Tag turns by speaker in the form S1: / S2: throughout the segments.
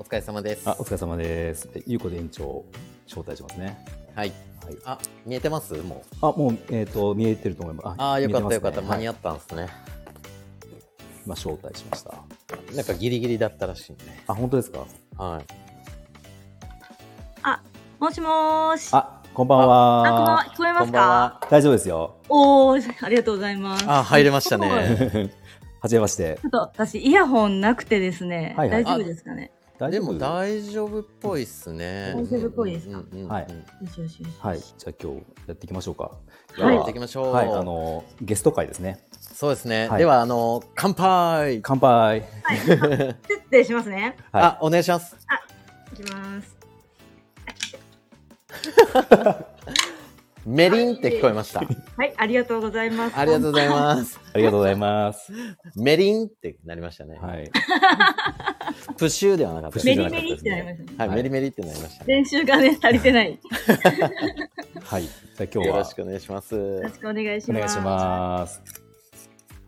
S1: 疲れ様です。
S2: あ、お疲れ様です。えゆうこで園長、招待しますね。
S1: はい。
S2: はい。
S1: あ、見えてますもう。
S2: あ、もう、えっ、と、見えてると思います。
S1: ああ、よかったよかった。間に
S2: 合
S1: 合ったんですね。
S2: 今、招待しました。
S1: なんかギリギリだったらしいんで。
S2: あ、本当ですか。
S1: はい。
S3: あ、もしもーし。あ、
S2: あ、こんばん
S3: こんばん
S2: は
S3: は。。聞こえま
S1: こ
S3: す
S1: んばん
S3: か
S1: は。
S2: 大丈夫ですよ。
S3: おー、ありがとうございます。
S1: あ、入れましたね。
S2: はじめまして
S3: ち。ょっと私、イヤホンなくてですね。
S2: はいはい
S3: 大丈夫ですかね。
S2: 大
S1: で
S2: 丈夫
S1: も大丈夫っぽいっすね。
S3: 大丈夫っぽいですか
S1: うんうんうん
S2: はい
S3: よしよしよし。
S2: はい、じゃあ、今日やっていきましょうか。
S1: や
S3: はい
S1: っていきましょう。
S2: はい、あの、ゲスト会ですね。
S1: そうですね。
S2: はい
S1: では、あの、乾杯
S2: 乾杯。
S3: 設定しますね。
S2: はい
S1: あ、お願いします。
S3: いきます。
S1: メリンって聞こえました。
S3: はい、ありがとうございます。
S1: ありがとうござい
S3: す。
S1: ます。
S2: ありがとうございます。
S1: メリンってなりましたね。
S2: はい。
S1: プシューではなかったです
S2: プ
S3: メ
S2: シュー
S3: リ
S2: じゃなか
S3: メ
S2: ったで
S3: リ
S2: す
S3: って
S1: は
S2: ね
S3: なりましたね。
S1: い、
S2: はい
S1: メリメリってなりましたね。
S3: 練習がね、足りてない。よ
S2: はい。じゃあ、今日
S1: よろ
S2: は
S1: し。くお願いします
S3: ろ。しくお願いし
S2: お願
S3: ま
S2: い
S3: す。
S2: します。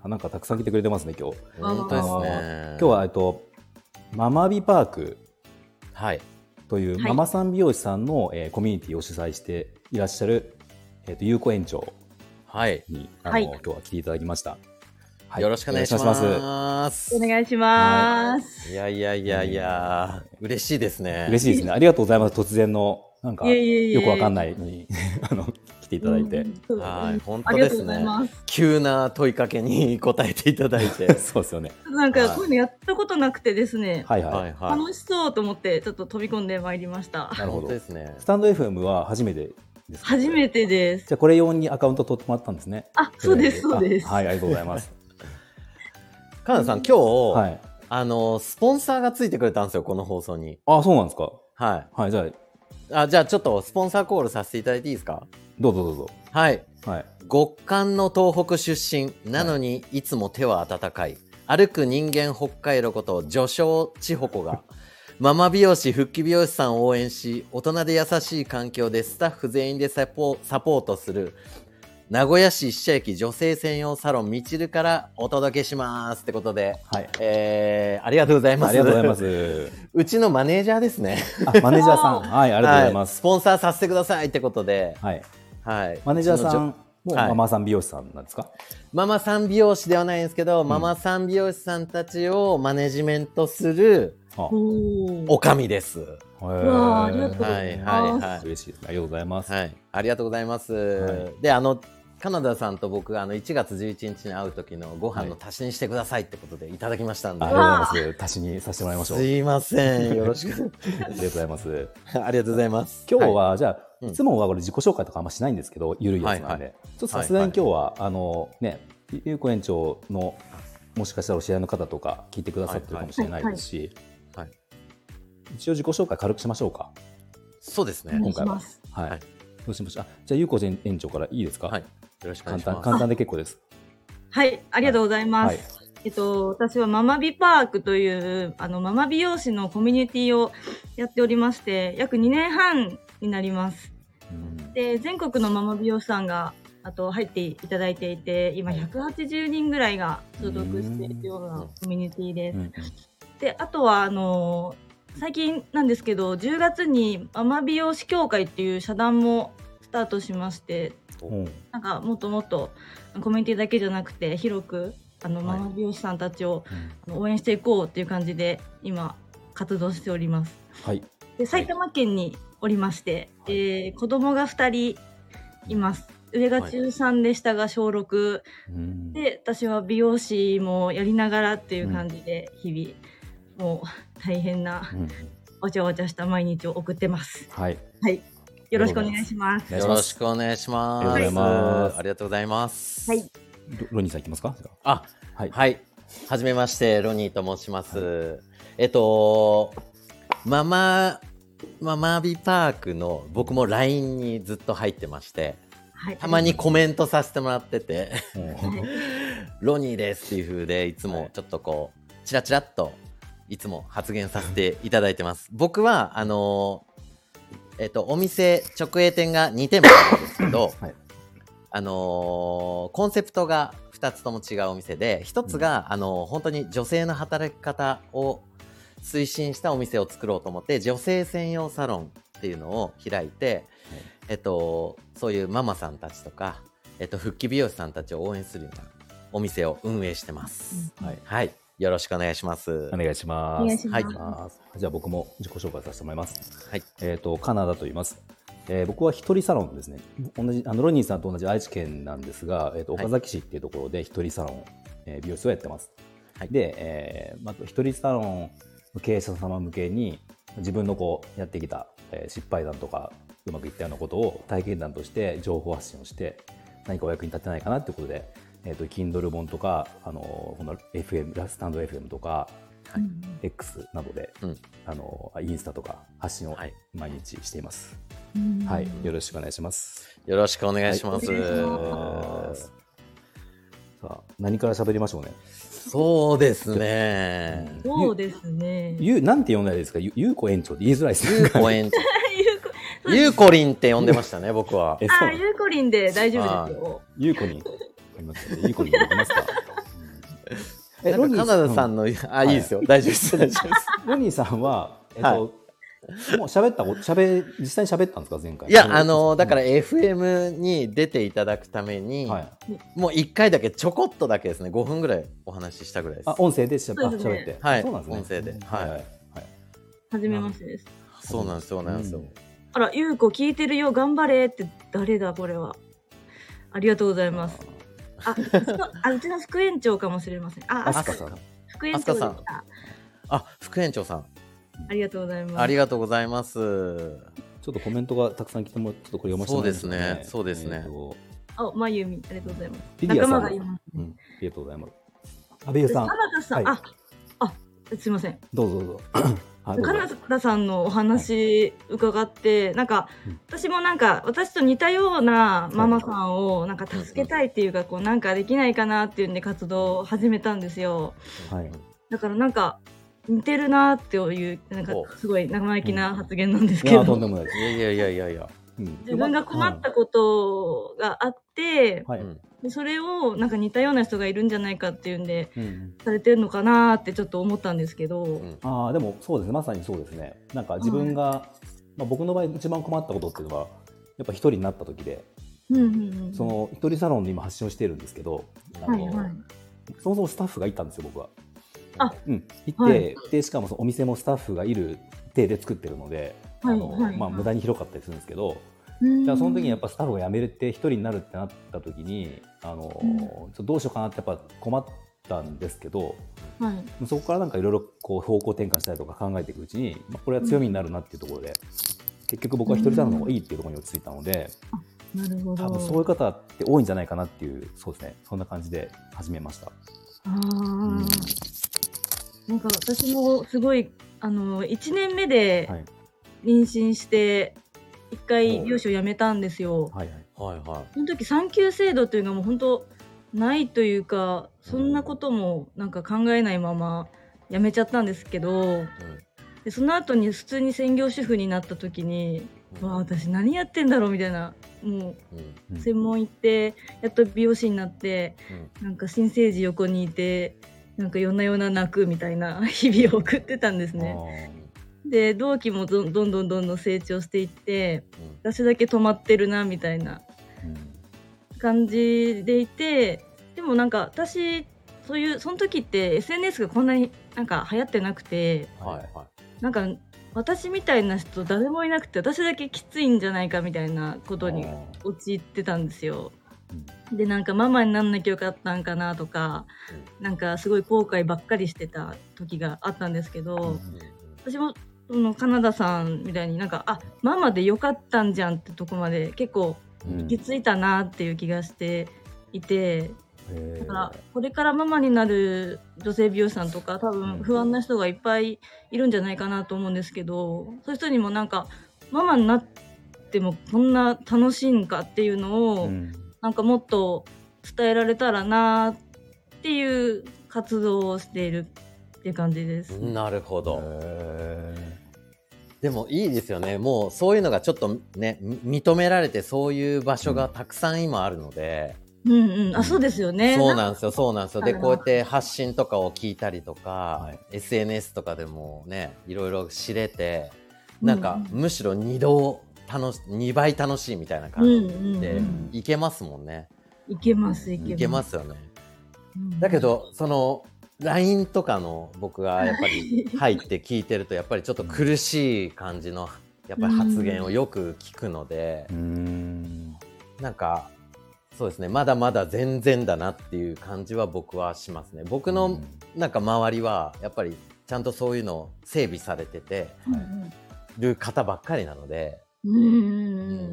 S2: あ、なんかたくさん来てくれてますね、今日。
S3: こんばんは
S1: 本当ですね。
S2: 今日は、えっと、ママビパーク。
S1: はい。
S2: という、
S3: はい
S2: ママさん美容師さんの、えーコミュニティを主催していらっしゃる、えー、と有効園長
S1: はい。
S2: にあの、
S3: はい
S2: 今日は来ていただきました、は
S1: よろしくお願いし
S2: よろくお願いし
S1: ます。
S3: お願いします。
S1: いやいやいやいや、嬉しいですね。
S2: 嬉しいですねありがとうございます突然のなんか
S3: いえいえいえ
S2: よくわかんないのに あの来ていただいて、
S3: うんそう
S1: はい、本
S3: あ
S1: 当
S3: りが
S1: で
S3: とう
S1: す
S3: ござい
S1: ね。
S3: ます。
S1: 急な問いかけに答えていただい て。
S2: そうですよね
S3: なんか、こういうのやったことなくてですね。
S2: はいはい、
S1: はいは
S3: 楽しそうと思って、ちょっと飛び込んでまいりました。
S1: い。
S2: なるほ
S1: 本当
S2: ど
S1: ですね。
S2: スタンド FM は初めてですか
S3: 初めてです。
S2: じゃあこれ用にアカウント取ってもらったんですね
S3: あ、そうです、そうです。
S2: あはいありがとうございます
S1: カナダさん、今日、
S2: はい
S1: あの、スポンサーがついてくれたんですよ、この放送に。
S2: あそうなんですか
S1: は
S2: はいじゃあ
S1: い。あ、じゃあちょっとスポンサーコールさせていただいていいですか
S2: どうぞどうぞ
S1: はい。
S2: はい
S1: 極寒の東北出身なのにいつも手は温かい歩く人間北海道こと序章千穂子が ママ美容師復帰美容師さんを応援し大人で優しい環境でスタッフ全員でサポサポートする名古屋市一社駅女性専用サロンみちるからお届けしますってことで、
S2: はい
S1: えー、ありがとうございます
S2: ありがとうございますす
S1: うちのマネージャーですね
S2: あマネージャ ーさんはいあ
S1: あ
S2: りがとうございます
S1: スポンサーさせてくださいってことで、
S2: はい
S1: はい、
S2: マネージャーさ
S1: うちの
S2: んも
S1: はい
S2: ママさん美容師さんなんですか、
S1: ママさん美容師ではないんですけど、ママさん美容師さんたちをマネジメントする
S2: あ
S3: お
S1: おかみです。
S2: へ
S3: ー
S2: ー
S3: うわーありがとうご
S1: は
S3: ざ
S1: い
S3: い
S1: はい
S3: ます。
S1: はい。
S2: 嬉しいですねありがとうございます、
S1: はい、ありがとうございます。
S2: は
S1: で、あの、カナダさんと僕、あの、1月11日に会う時のご飯の足しにしてくださいってことでいただきましたんで。
S2: ありがとうございます足しにさせてもらいましょうあ
S1: すいません。よろし く。
S2: りがとうございます
S1: ありがとうございます。
S2: 今日は、
S1: い、
S2: じゃあ、
S1: うん
S2: いつもはこれ自己紹介とかあんましないんですけど緩いやつなんで、
S1: はいは
S2: ちょっとさすがに今日は、あのねゆうこ園長のもしかしたらお知り合いの方とか聞いてくださってるかもしれないですし、
S1: はいはい
S2: 一応自己紹介軽くしましょうか
S1: そうですね。
S3: 願
S1: よ
S3: いします。
S2: はい、
S1: はい
S2: どうしましょうあじゃあゆうこ園長からいいですか、
S1: はいろしくお願
S2: 簡
S1: いしま
S2: 単
S1: す。
S2: 簡単で結構です
S3: はい、ありがとうございま
S2: は
S3: す。
S2: い
S3: えっと、私はママビパークというあのママ美容師のコミュニティをやっておりまして約2年半になります
S2: うん
S3: で全国のママ美容師さんがあと入っていただいていて今180人ぐらいが所属しているようなコミュニティです
S2: うんうん
S3: であとはあの最近なんですけど10月にママ美容師協会っていう社団もスタートしまして
S2: うん
S3: なんかもっともっとコミュニティだけじゃなくて広くあの
S1: は
S3: マ
S1: い
S3: マ美容師さんたちを
S2: うん
S3: あの応援していこうっていう感じで今活動しております。
S2: はい、
S3: で埼玉県におりまして、
S2: はい
S3: えー子供が2人います。上が中3で下が小6、
S2: うん
S3: で私は美容師もやりながらっていう感じで日々、もう大変な
S2: うん
S3: わちゃわちゃした毎日を送ってます。
S2: はい、
S3: はい、よろしくお願いします。
S2: お
S1: よ
S2: 願いしま
S1: ろ
S2: す
S1: しくお願いします。
S2: ありがとうございます
S1: ありがとうございます。
S3: はい。
S2: ロロニーさんいきますかじゃ
S1: あ、
S2: あはい、
S1: はい。はじめまして、ロニーと申します。えっと、ママ、ママビパークの僕も LINE にずっと入ってまして、
S3: はい、
S1: たまにコメントさせてもらってて、
S2: うん
S1: ロニーですっていう風で、いつ
S2: は
S1: も
S2: い
S1: ちょっとこう、チラチラっと、いつも発言させていただいてます。僕は、あのえっと、お店、直営店が2店舗なんですけど、
S2: はい
S1: あのコンセプトが2つとも違うお店で、1つが、あの本当に女性の働き方を推進したお店を作ろうと思って、女性専用サロンっていうのを開いて、えっと、そういうママさんたちとか、えっと、復帰美容師さんたちを応援するようなお店を運営してます。
S2: はい、
S1: はい。よろしくお願いします。
S2: お願いしま
S3: お願い
S2: す
S3: し。ます。
S1: は
S2: じゃあ僕も自己紹介させてもらいます。
S1: はい。
S2: えっ、と、カナダと言います。えー僕は一人サロンですね。同じ、あの、ロニーさんと同じ愛知県なんですが、えっ、と、
S1: はい
S2: 岡崎市っていうところで一人サロン、えー美容室をやってます。
S1: はい
S2: で、えーまあ、一人サロンの経営者様向けに、自分のこう、やってきた、えー失敗談とか、うまくいったようなことを体験談として情報発信をして、何かお役に立てないかなってことで、えっ、と、Kindle 本とか、あの、この FM、ラスタンド FM とか、X などで、
S1: うん
S2: あのインスタとか発信を
S1: はい
S2: 毎日しています。
S3: うん
S2: はい、よろしくお願いします。
S1: よろしくお願いします。
S3: はいお
S2: え
S3: 願
S2: ーさあ何から喋りましょうね。
S1: そうですね。
S3: そうですね。
S2: ゆうなんて呼んだらいいですか。ゆゆうこ園長って言いづらいですね。
S1: ゆうこ園長。
S3: ゆうこ
S1: ゆうこりんって呼んでましたね、僕は。
S2: えそう
S3: あ
S2: な
S3: ー、
S2: の
S3: ゆうこりんで大丈夫ですよ。
S2: ゆうこに。わかりましたゆうこにでき ますか。うん
S1: なんかカナダさ
S2: うん
S1: の、あ、
S2: は
S1: い
S2: い
S1: いですよ。大丈夫です。大丈夫です。
S2: ロニーさんはえっと、
S1: はい
S2: もう喋ったこと喋実際に喋ったんですか前回。
S1: いや、あの、だから FM に出ていただくために、
S2: はい。
S1: もう1回だけ、ちょこっとだけですね、5分ぐらいお話ししたぐらいです。
S2: あ音声でしゃべ、
S3: そうですね
S2: って。
S1: はい
S2: そうなんですね。
S1: 音声ではい
S2: はい
S3: はじめましてです。
S1: そうなんです、そうなんですよ。
S3: あら、ゆうこ聞いてるよ、頑張れって誰だ、これは。ありがとうございます。あ、そうあうちの副園長かもしれません。あ、
S2: あ
S3: あ
S2: す
S1: す
S2: か
S1: か
S2: さん。
S3: 副園長で
S1: あす
S3: し
S1: か
S3: た。
S1: あ、副園長さん、
S3: ありがとうございます。
S1: ありがとうございます。
S2: ちょっとコメントがたくさん来てもちょっとこれ読ませてもらいますね
S1: そうですね
S2: えーと
S3: あ、まゆみ、ありがとうございます。
S2: ピディア
S3: 仲
S2: さ
S3: 間
S2: ん。
S3: がい
S2: うん
S3: ます。
S2: ありがとうございます。阿部さん
S3: カ、ナダさん、
S2: はい
S3: あ、あ、すみません。
S2: どうぞどうぞ。はいどうぞ
S3: カナダさんのお話伺って、なんか
S2: うん
S3: 私もなんか私と似たようなママさんをなんか助けたいっていうか、こうなんかできないかなっていうんで活動を始めたんですよ。
S2: はい
S3: だからなんか似てるなっていうなんか
S1: お
S3: すごい生意気な発言なんです
S2: い
S3: け
S2: や
S3: ど、
S2: とんでもないです。
S1: いやいやいやいやいや。
S2: うん
S3: 自分が困ったことがあって、
S2: はい。
S1: う
S2: うん
S1: ん
S3: でそれをなんか似たような人がいるんじゃないかっていうんで
S2: うん
S3: されてるのかなってちょっと思ったんですけど、
S1: ん
S2: ああでもそうですねまさにそうですね。なんか自分がまあ僕の場合一番困ったことっていうのはやっぱ一人になった時で、
S3: うんうんうん、
S2: その一人サロンで今発信をしてるんですけど、あ
S3: は
S2: の
S3: いはい、
S2: そもそもスタッフがいたんですよ僕は。
S3: あ
S2: うん、いて、
S3: はい
S2: でしかもそのお店もスタッフがいる手で作ってるので、
S3: はい
S2: あの
S3: はい
S2: まあ、
S3: はい
S2: 無駄に広かったりするんですけど、
S3: うん
S2: じゃあその時にやっぱスタッフが辞めるって一人になるってなった時にあの、
S3: うん
S2: ちょっとどうしようかなってやっぱ困ったんですけど
S3: はい
S2: そこからなんかいろいろこう方向転換したりとか考えていくうちに、まあ、これは強みになるなっていうところで、結局僕は一人さんの方がいいっていうところに落ち着いたので、
S3: なるほど。
S2: 多分そういう方って多いんじゃないかなっていうそうですねそんな感じで始めました。
S3: あーなんか私もすごい、あの、1年目で
S2: はい
S3: 妊娠して、1回
S1: お
S3: 両親を辞めたんですよ。
S2: はいはい
S1: はいは
S3: その時産休制度というのはもう本当ないというか、そんなこともなんか考えないまま辞めちゃったんですけど、
S1: い。うん
S3: でその後に普通に専業主婦になった時に、
S1: うん
S3: わあ、私何やってんだろうみたいな、もう
S1: うん
S2: うん
S3: 専門行ってやっと美容師になって、
S1: う
S3: なんか新生児横にいてなんか夜な夜な泣くみたいな 日々を送ってたんですね。で同期もどんどんどんどんどん成長していって
S1: うん
S3: 私だけ止まってるなみたいな
S2: あーうん
S3: 感じでいてでもなんか私そういうその時って SNS がこんなになんか流行ってなくて
S1: はいは
S3: なんか私みたいな人誰もいなくて私だけきついんじゃないかみたいなことに陥ってたんですよ。でなんかママになんなきゃよかったんかなとか、なんかすごい後悔ばっかりしてた時があったんですけ
S1: い。
S3: ど、
S1: うん
S3: 私もそのカナダさんみたいになんかあママでよかったんじゃんってとこまで結構
S2: うん
S3: 行き着いたなっていう気がしていて、
S2: へ
S3: だ
S2: ー
S3: からこれからママになる女性美容師さんとか多分不安な人がいっぱいいるんじゃないかなと思うんですけどそういう人にもなんかママになってもこんな楽しいんかっていうのを、
S2: うん
S3: なんかもっと伝えられたらなっていう活動をしているっていう感じです。
S1: うんなるほど。
S2: へ
S1: でもいいですよね。もうそういうのがちょっとね、み認められてそういう場所がたくさん今あるので、
S3: うんうん。あ、そうですよね。
S1: そう
S3: な
S1: なんですよ、そうなんですよ。で、
S3: あの
S1: こうやって発信とかを聞いたりとか、
S2: はい
S1: SNS とかでもね、いろいろ知れて、なんか、
S3: うん
S1: むしろ2度楽し、2倍楽しいみたいな
S3: うん
S1: 感
S3: うんう
S1: じで、
S3: ん。
S1: いけますもんね。
S3: いけます、いけます。
S1: いけますよね。
S3: うん
S1: だけ、ど、その、LINE とかの僕がやっぱり入って聞いてると、やっぱりちょっと苦しい感じの、やっぱり発言をよく聞くので、
S2: うん。
S1: なんか、そうですね、まだまだ全然だなっていう感じは僕はしますね。僕のなんか周りは、やっぱりちゃんとそういうの整備されててる方ばっかりなので、
S3: うんうんう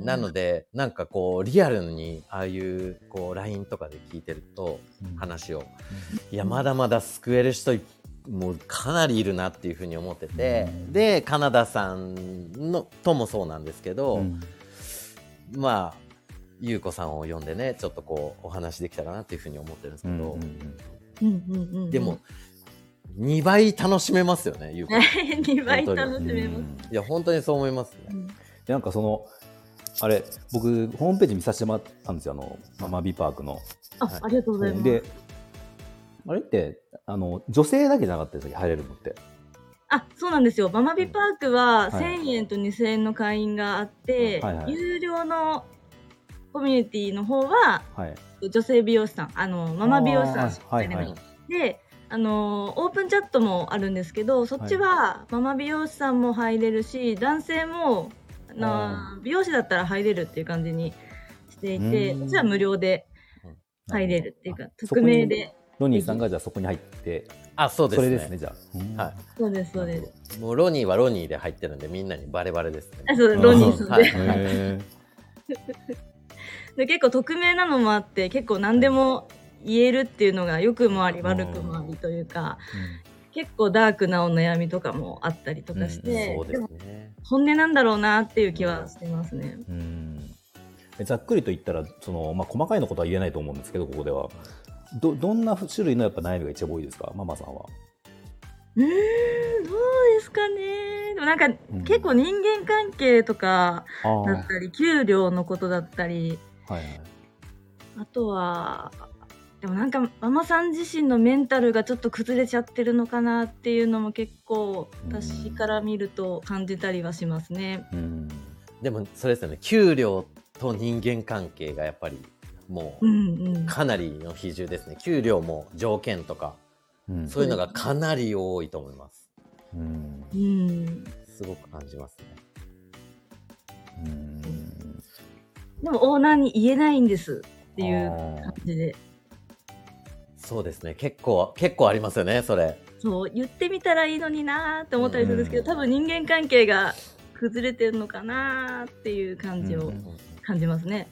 S3: ん。
S1: なので、なんかこう、リアルに、ああいう、こう、LINE とかで聞いてると、話を、いや、まだまだ救える人い、もうかなりいるなっていうふうに思ってて、
S2: うん
S1: で、カナダさんの、ともそうなんですけど、
S2: うん
S1: まあ、ゆうこさんを呼んでね、ちょっとこう、お話できたらなっていうふうに思ってるんですけど、
S2: うんうん
S3: うんうんうん。
S1: でも、、2倍楽しめますよね、ゆうこさん。い
S3: 2倍楽し
S2: うん
S3: めます。
S1: や、本当にそう思いますね。
S2: でなんかそのあれ僕ホームページ見させてもらったんですよあのママビーパークの。
S1: は
S3: あ
S1: い、
S3: ありがとうございます。
S2: であれってあの女性だけじゃなかったですよ入れるのって。
S3: あ、そうなんですよ。ママビパーク
S2: は
S3: は
S2: い
S3: 1000円と2000円の会員があって
S2: はいは、い
S3: 有料のコミュニティの方は
S2: はい、
S3: 女性美容師さん、あのママ美容師さんしか
S2: は
S3: 入
S2: い
S3: れ
S2: は
S3: ないい。で、あのオープンチャットもあるんですけど、そっちはママ美容師さんも入れるし、男性もな美容師だったら入れるっていう感じにしていて、
S2: うん
S3: こっちは無料で入れるっていうか、匿名で。
S2: ロニーさんがじゃあそこに入って
S1: あ、そうで
S2: そ
S1: す
S2: れ
S1: ね。
S2: ですねじゃあ。
S1: はい
S3: そうですそうです。
S1: もうロニーはロニーで入ってるんで、みんなにバレバレですね。
S3: あそう
S2: ロニー
S3: さんで
S1: はい
S2: うん
S1: はい
S2: へ
S3: で結構匿名なのもあって結構何でも言えるっていうのが良くもあり悪くもありというか結構ダークなお悩みとかもあったりとかして、
S1: そうで
S3: ですも
S1: ね。
S3: 本音なんだろうなっていう気はしてますね。
S2: ーうんえざっくりと言ったらその、まあ、細かいのことは言えないと思うんですけどここではどどんな種類のやっぱ悩みが一番多いですかママさんは。
S3: うーんどうですかねでもなんか
S2: うん
S3: 結構人間関係とか
S2: あー
S3: だったり給料のことだったり
S2: はいはい
S3: あとはでもなんかママさん自身のメンタルがちょっと崩れちゃってるのかなっていうのも結構私から見ると感じたりはしますね。
S2: うん
S1: でも、それですよね。給料と人間関係がやっぱり、も
S3: う
S1: う、
S3: んうん、
S1: かなりの比重ですね。給料も条件とか、
S2: うん
S1: そういうのがかなり多いと思います。
S2: うん
S3: うん、
S1: すごく感じますね。
S2: うん
S3: でもオーナーに言えないんですってい
S2: あ
S3: う
S2: ー
S3: 感じで
S1: そうですね。結構、結構ありますよね、それ。
S3: そう言ってみたらいいのになーって思ったりするんですけど、
S2: うん
S3: 多分人間関係が崩れてるのかなーっていう感じ
S2: う
S3: を
S2: ん
S3: 感じますね。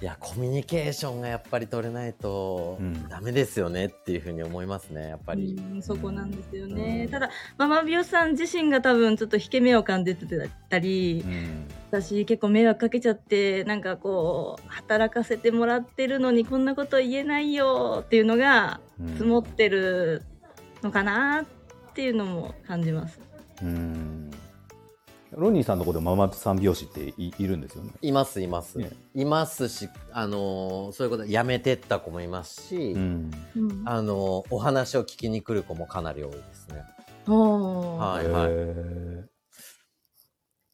S1: いや、コミュニケーションがやっぱり取れないと
S2: うん、
S1: ダメですよねっていうふうに思いますね、やっぱり。
S3: うんそこなんですよね、
S2: うん
S3: ただママ美容師さん自身が多分ちょっと引け目を感じてたり
S2: うん
S3: 私結構迷惑かけちゃってなんかこう働かせてもらってるのにこんなこと言えないよっていうのが
S2: うん
S3: 積もってるのかなっていうのも感じます。
S2: うんロニーさんのところでママさん美容師っていいるんですよね。
S1: います、います。
S2: ね
S1: いますし、あのーそういうこと、辞めてった子もいますし、
S2: うん
S3: うん
S1: あのーお話を聞きに来る子もかなり多いですね。
S3: おー
S1: はいはい
S2: へー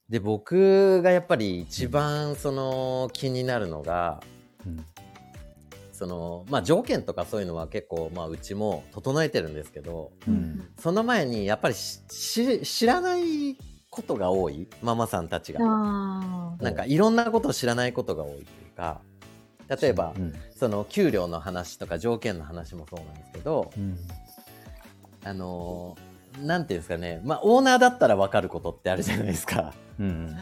S1: で、僕がやっぱり一番、その、気になるのが、
S2: うん
S1: その、まあ、条件とかそういうのは結構、まあ、うちも整えてるんですけど、
S2: うん
S1: その前に、やっぱりしし知らないことが多い、ママさんたちが。
S3: あ
S1: なんか、いろんなことを知らないことが多いというか、例えば、その、給料の話とか条件の話もそうなんですけど、
S2: うん
S1: あのーなんていうんですかね、まあ、オーナーだったら分かることってあるじゃないですか。
S2: うん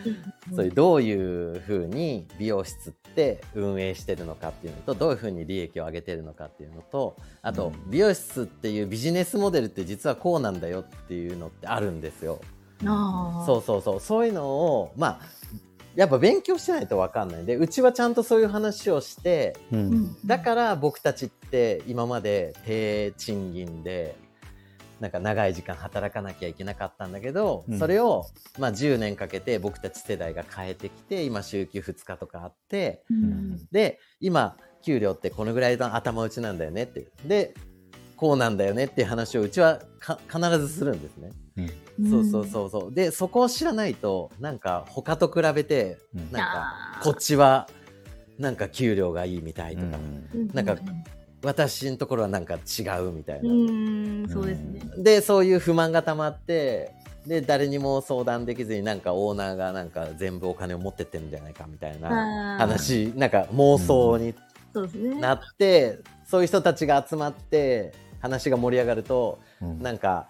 S3: ー
S1: そういうどういうふうに美容室って運営してるのかっていうのとどういうふうに利益を上げてるのかっていうのとあと
S2: うん
S1: 美容室っていうビジネスモデルって実はこうなんだよっていうのってあるんですよ。
S3: あー
S1: そうそうそうそういうのをまあやっぱ勉強してないと分かんないんでうちはちゃんとそういう話をして
S2: う
S3: うんん
S1: だから僕たちって今まで低賃金でなんか長い時間働かなきゃいけなかったんだけど、
S2: うん
S1: それをまあ10年かけて僕たち世代が変えてきて今週休2日とかあって
S3: う
S2: うん
S3: ん
S1: で今給料ってこのぐらいの頭打ちなんだよねって。で、こうなんだよねっていう話をうちはか必ずするんですね。そうそうそうそう。で、そこを知らないと、なんか他と比べて、
S2: うん
S1: なん
S3: あ
S1: か
S3: ー
S1: こっちはなんか給料がいいみたいとか、
S3: うん。
S1: なんか私のところはなんか違うみたいうな。
S3: ん、そうですね。
S1: で、そういう不満が溜まって、で、誰にも相談できずになんかオーナーがなんか全部お金を持ってってるんじゃないかみたいな
S3: あー
S1: 話、なんか妄想に
S3: そうですね。
S1: なって、そういう人たちが集まって話が盛り上がると、
S2: うん
S1: なんか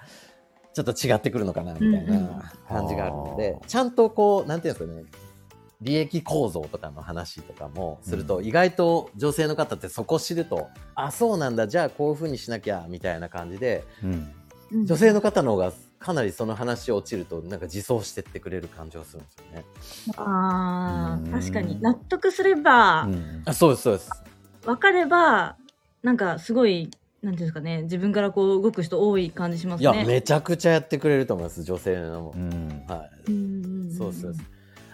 S1: ちょっと違ってくるのかなみたい
S3: うんうん
S1: な感じがあるので、
S2: あー
S1: ちゃんとこうなんていうんですかね利益構造とかの話とかもすると、意外と女性の方ってそこ知るとあそうなんだじゃあこういうふうにしなきゃみたいな感じで
S2: うん
S3: うん
S1: 女性の方の方がかなりその話落ちるとなんか自走してってくれる感じがするんですよね。
S3: あ
S2: うん
S3: あ、確かに。納得すれば、
S2: うん
S1: あそうですそうです。
S3: 分かれば、なんかすごい、なんていうんですかね、自分からこう動く人多い感じしま
S1: い
S3: す
S1: や、
S3: ね。
S1: めちゃくちゃやってくれると思います女性の
S2: う、ん
S1: はい、
S3: うんんんん
S1: そうそうそう。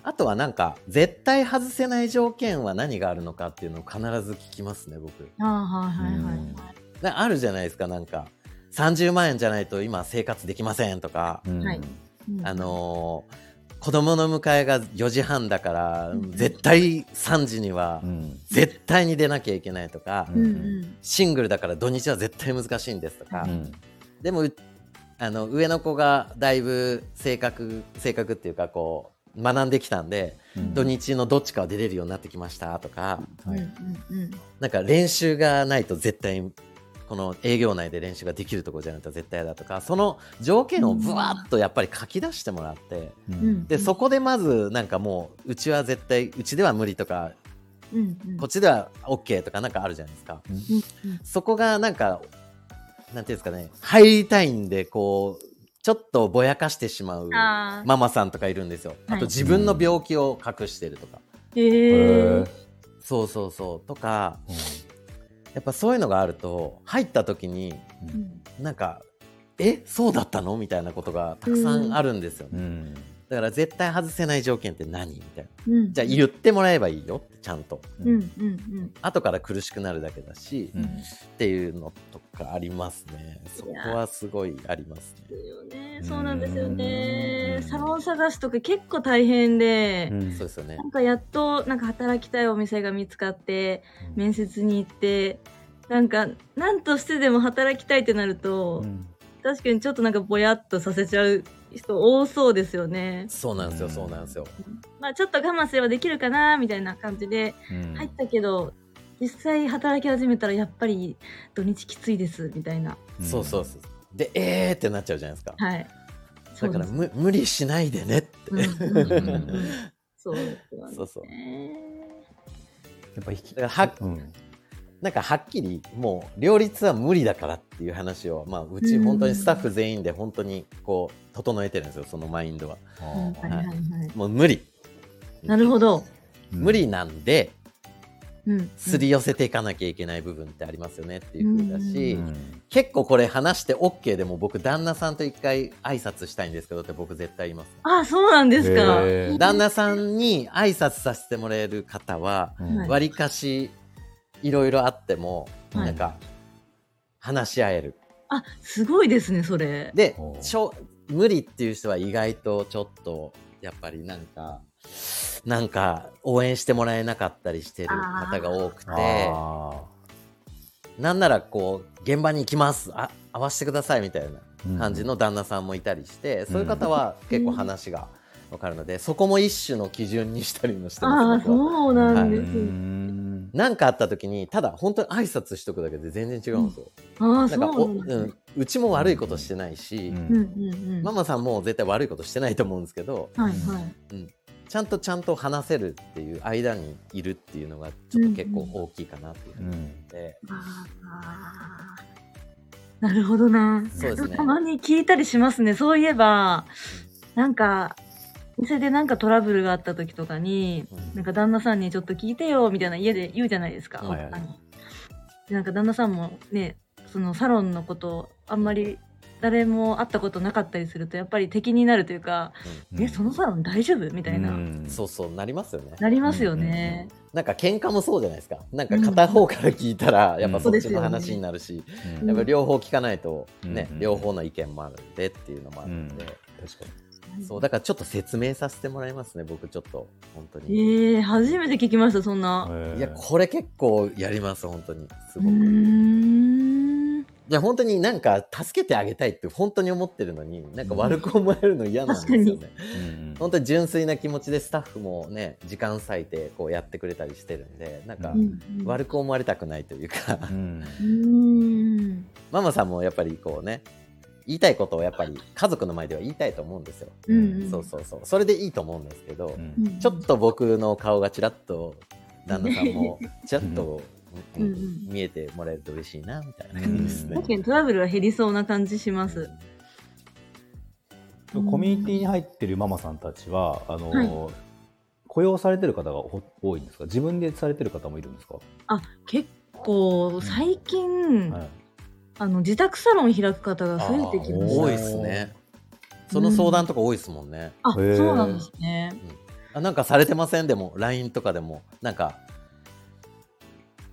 S1: あとはなんか、絶対外せない条件は何があるのかっていうのを必ず聞きますね、僕。
S3: ああ、はいはいはい。
S1: なあるじゃないですか、なんか。30万円じゃないと今生活できませんとか、
S2: うん
S3: はいうん
S1: あ、のー子供の迎えが4時半だから、
S3: うん
S1: 絶対3時には
S2: う、ん
S1: 絶対に出なきゃいけないとか、
S3: うんうん。
S1: シングルだから土日は絶対難しいんですとか、
S2: うん
S1: でもうあの上の子がだいぶ性格性格っていうかこう学んできたんで、
S2: うん
S1: 土日のどっちかは出れるようになってきましたとか、
S2: はい
S3: うんうん
S1: なんか練習がないと絶対この営業内で練習ができるとこじゃないと絶対だとかその条件をぶわっとやっぱり書き出してもらって、
S2: う
S3: うんん
S1: でそこでまずなんかもううちは絶対うちでは無理とか
S3: うんうんうん
S1: こっちでは OK とかなんかあるじゃないですか。
S3: うんうん
S1: そこがなんかなんていうんですかね入りたいんでこうちょっとぼやかしてしまう
S3: あー
S1: ママさんとかいるんですよ。あ
S3: はい
S1: と自分の病気を隠してるとか。
S2: へ
S3: へ
S2: ー
S3: え。
S1: そうそうそう。とか、やっぱそういうのがあると、入った時に、
S3: うん
S1: なんか、えそうだったのみたいなことがたくさんあるんですよ
S2: う
S1: ね。
S2: ん
S1: だから絶対外せない条件って何みたいな。
S3: うん
S1: じゃあ言ってもらえばいいよ、ちゃんと。
S3: うんうん
S1: 後から苦しくなるだけだし、
S2: うん
S1: っていうのとかありますね。そこはすごいあります
S3: う
S1: ね。
S3: ん。よねそうなんですよね
S2: う。ん
S3: サロン探しとか結構大変で、
S2: うん
S1: そうですよね
S3: な。んかやっとなんか働きたいお店が見つかって面接に行って。なんか何としてでも働きたいってなると、
S2: うん
S3: 確かにちょっとなんかぼやっとさせちゃう人多そうですよね。
S1: そうなんですよ、
S2: うん
S1: そうなんですよ。
S3: まあちょっと我慢すればできるかなみたいな感じで
S2: うん
S3: 入ったけど実際働き始めたらやっぱり土日きついですみたいな
S1: そうそうそう。で、えーってなっちゃうじゃないですか。
S3: はい
S1: だからむ無理しないでねって。
S3: そうで すうんうんうんうんそう
S1: そうそう。
S2: やっぱ引き
S1: だからは
S2: うん
S1: なんかはっきりもう両立は無理だからっていう話を、まあ、うち
S3: うん
S1: 本当にスタッフ全員で本当にこう整えてるんですよそのマインドは
S3: はいはいはい
S1: もう無理
S3: なるほど、
S1: 無理なんで、
S3: うん、
S1: すり寄せていかなきゃいけない部分ってありますよねっていう風だし、
S2: うん
S1: 結構これ話して OK でも僕旦那さんと一回挨拶したいんですけどって僕絶対言います
S3: あそうなんですか、
S2: へー
S1: 旦那さんに挨拶させてもらえる方は
S2: うん
S3: はい
S1: わりかしいろいろあっても、
S2: はい
S1: なんか話し合える
S3: あすごいですねそれ
S1: で
S2: ほう
S1: しょ無理っていう人は意外とちょっとやっぱりなんかなんか応援してもらえなかったりしてる方が多くて
S2: あ
S1: なんならこう現場に行きますあ会わせてくださいみたい
S2: ー
S1: な感じの旦那さんもいたりして、そういう方は結構話が分かるので、そこも一種の基準にしたりもして
S3: あ
S1: ま
S3: あ
S1: す僕は
S3: そう
S2: う
S3: なん
S2: ん
S3: です、
S2: うん
S1: なんかあった時にただ本当に挨拶しとくだけで全然違うんですよ。
S3: ああ
S1: な
S3: そ
S1: ん
S3: う
S1: かお、う
S3: なんですね
S1: ん、うちも悪いことしてないし、
S2: うん
S3: うんうんうん
S1: ママさんも絶対悪いことしてないと思うんですけど、
S3: はいはい
S1: ちゃんとちゃんと話せるっていう間にいるっていうのがちょっと結構大きいかなっていうふう
S2: う
S1: に思っ
S2: ん
S1: て、
S3: ああなるほどな
S1: そうですね
S3: たまに聞いたりしますね。そういえば、なんか、お店でなんかトラブルがあった時とかに、なんか旦那さんにちょっと聞いてよ、みたいな家で言うじゃないですか。
S1: はい
S2: はい
S3: あのでなんか旦那さんもね、そのサロンのことあんまり誰も会ったことなかったりするとやっぱり敵になるというか「えそのサロン大丈夫?」みたいな、
S1: そうそうなりますよね
S3: なりますよね。
S1: なんか喧嘩もそうじゃないですかなんか片方から聞いたらやっぱそっちの話になるし、やっぱ両方聞かないとね、両方の意見もあるんでっていうのもあるんで、
S2: 確かに
S1: そうだからちょっと説明させてもらいますね僕ちょっと本当に、
S3: ええ初めて聞きましたそんな。
S1: いやこれ結構やります本当にすご
S3: う
S1: く、い
S3: ーん
S1: や本当になんか助けてあげたいって本当に思ってるのになんか悪く思われるの嫌なんですよ
S3: うん確
S1: ね本当に純粋な気持ちでスタッフもね時間割いてこうやってくれたりしてるんでなんか
S2: うん
S1: 悪く思われたくないというか、
S3: うーん
S1: ママさんもやっぱりこうね言いたいことをやっぱり家族の前では言いたいと思うんですよ、
S3: うんうん
S1: そうそうそうそれでいいと思うんですけど、
S3: うん
S1: ちょっと僕の顔がちらっと旦那さん もちらっと、
S3: うん
S1: うん
S3: うん
S1: 見えてもらえると嬉しいなみたいな感じですね
S3: 確かにトラブルは減りそうな感じします。
S2: コミュニティに入ってるママさんたちはあの、
S3: は
S2: 雇用されてる方がほ多いんですか自分でされてる方もいるんですか、
S3: あ結構最近、
S2: はい
S3: あの自宅サロン開く方が増えてきました
S1: 多いですねその相談とか多いですもんね、
S3: あ
S2: へー
S3: そうなんですね。
S1: あなんかされてませんでも LINE とかでもなんか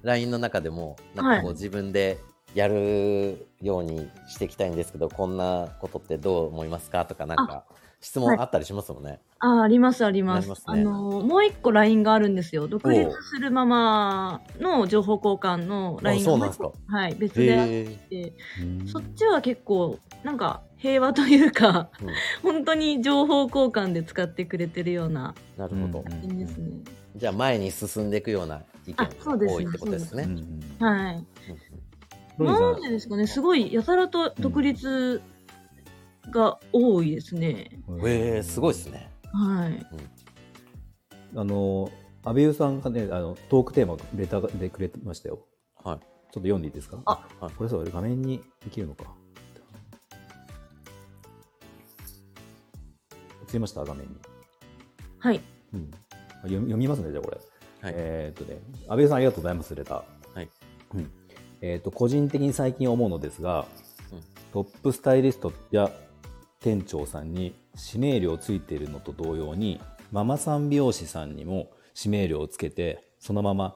S1: LINE の中でもなんかこ
S3: は
S1: う自分でやるようにしていきたいんですけど、こんなことってどう思いますかとかなんか質問あったりしますもんね。
S3: あありますあります。
S1: ありますね
S3: あのもう一個 LINE があるんですよ。独立するママの情報交換の LINE
S1: あ
S3: が
S1: そうなんですか
S3: はい別であっ
S1: へえ
S3: て、
S2: うん
S3: そっちは結構なんか平和というか、
S1: うん
S3: 本当に情報交換で使ってくれてるような
S1: なるほど、
S2: うん
S3: 感じですね。
S1: じゃあ前に進んでいくような意見が
S3: あそうです
S1: 多いってことです
S2: う
S1: ね。
S2: んうん
S3: はい。
S1: うん
S2: ロニーさん
S3: なんでですかね、すごいやたらと独立が多いですね。
S1: うんへえすごいですね。
S3: はい。
S2: あの安倍優さんがねあのトークテーマレターでくれてましたよ
S1: はい。
S2: ちょっと読んでいいですか
S3: あ
S1: はい
S2: これそう画面にできるのか映りました画面に、
S3: はい。
S2: うん、あ読み読みますねじゃあこれ
S1: はい。
S2: えーっとね、安倍さんありがとうございます、レター。
S1: はい
S2: うんえーっと、個人的に最近思うのですが、
S1: うん
S2: トップスタイリストや店長さんに指名料ついているのと同様に、ママさん美容師さんにも指名料をつけて、そのまま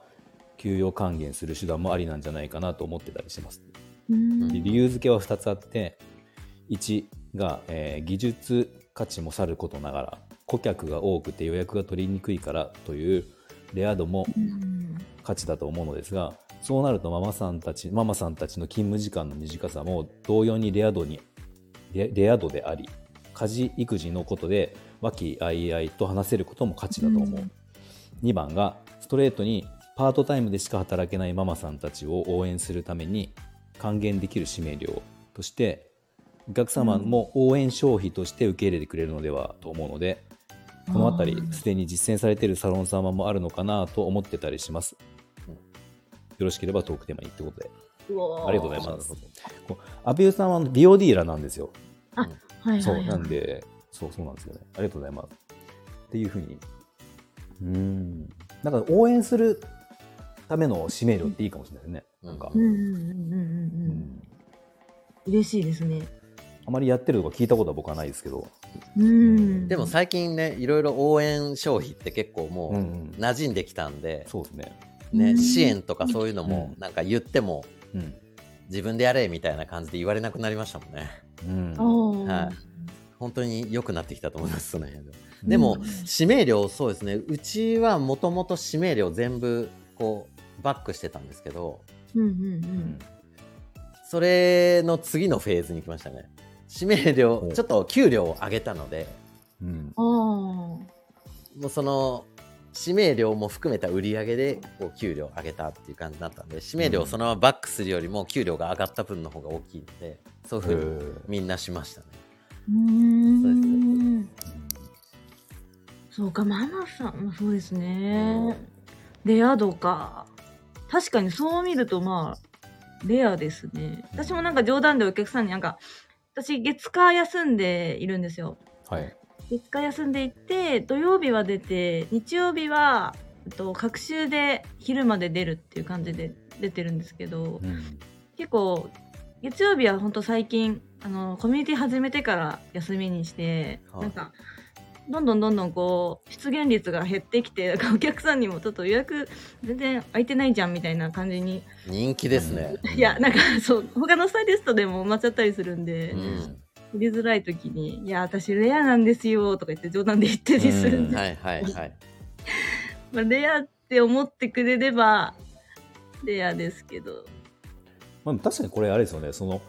S2: 給与還元する手段もありなんじゃないかなと思ってたりします。
S3: うー
S1: うん
S3: ん
S2: で理由付けは2つあって1が、えー技術価値もさることながら顧客が多くて予約が取りにくいからというレア度も
S3: うん
S2: 価値だと思うのですがそうなるとママさんたちママさんたちの勤務時間の短さも同様にレア度にレレア度であり家事育児のことで和気あいあいと話せることも価値だと思う、
S3: うん
S2: 2番がストレートにパートタイムでしか働けないママさんたちを応援するために還元できる指名料としてお客様も応援消費として受け入れてくれるのではと思うので、この辺りすでに実践されているサロン様もあるのかなと思ってたりします
S1: うん
S2: よろしければトークテーマにってことで
S3: うわー
S2: ありがとうござい
S1: な
S2: ま
S1: る
S2: す
S1: ほど
S2: こう安倍さんは美容ディーラーなんですよ
S3: はい
S2: そ
S3: は
S2: う
S3: い
S2: な
S3: はい
S2: んでそうそうなんですよねありがとうございますっていうふうにうんなんか応援するための指名料っていいかもしれないですねなんか、
S3: うんうんうんうん
S2: う
S3: うん
S2: ん
S3: 嬉しいですね。
S2: あまりやってるとか聞いたことは僕はないですけど、
S3: うん。
S1: でも最近ねいろいろ応援消費って結構もう、
S2: うんうん
S1: 馴染んできたんで、
S2: そうですね、
S1: ね
S3: うん
S1: 支援とかそういうのも
S2: うん
S1: なんか言っても
S2: うん
S1: 自分でやれみたいな感じで言われなくなりましたもんね
S2: うん
S3: あー
S1: はい本当に良くなってきたと思いますその辺で
S2: うん
S1: でも
S3: うん
S1: 指名料そうですねうちはもともと指名料全部こうバックしてたんですけど
S3: うんう
S2: うんん
S1: それの次のフェーズに来ましたね指名料
S2: お
S1: ちょっと給料を上げたので
S2: うん
S3: うん。あ
S1: もうその指名料も含めた売り上げでこう給料を上げたっていう感じになったんで指名料をそのままバックするよりも給料が上がった分の方が大きいのでそういうふうにみんなしましたね。
S3: ーうーん。そうかママさんもそうですね。レア度か。確かにそう見るとまあレアですね。私もなんか冗談でお客さんになんか私月火休んでいるんですよ。
S2: はい。
S3: 月火休んでいって土曜日は出て日曜日はえっと隔週で昼まで出るっていう感じで出てるんですけど、
S2: うん
S3: 結構月曜日は本当最近あのコミュニティ始めてから休みにして、
S1: はい
S3: なんかどんどんどんどんこう出現率が減ってきてなん かお客さんにもちょっと予約全然空いてないじゃんみたいな感じに、
S1: 人気ですね。
S2: うん
S3: いやなんかそう他のスタイリストでも埋まっちゃったりするんで、
S1: うん。
S3: 入れづらい時に「いや私レアなんですよ」とか言って冗談で言ったりするんで、
S1: はいはい はい。
S3: まあ、レアって思ってくれればレアですけど
S2: まあ、確かにこれあれですよねその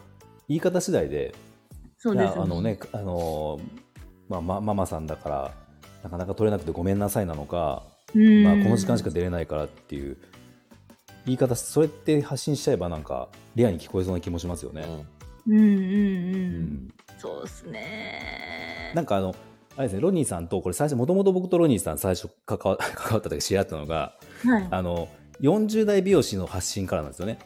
S2: 言い方次第で
S3: そう
S2: い
S3: で
S2: や
S3: す
S2: あのねあのまあ、まママさんだからなかなか取れなくてごめんなさいなのか、
S3: うん
S2: まあ、この時間しか出れないからっていう言い方それって発信しちゃえばなんかレアに聞こえそうな気もしますよね。
S1: うん
S3: うんうんう、
S2: うんん
S3: そうっすね
S2: なんかあの、あれですね、ロニーさんと、これ最初、もともと僕とロニーさん最初関わ 関わった時知り合ったのが、
S3: はい
S2: あの、40代美容師の発信からなんですよね。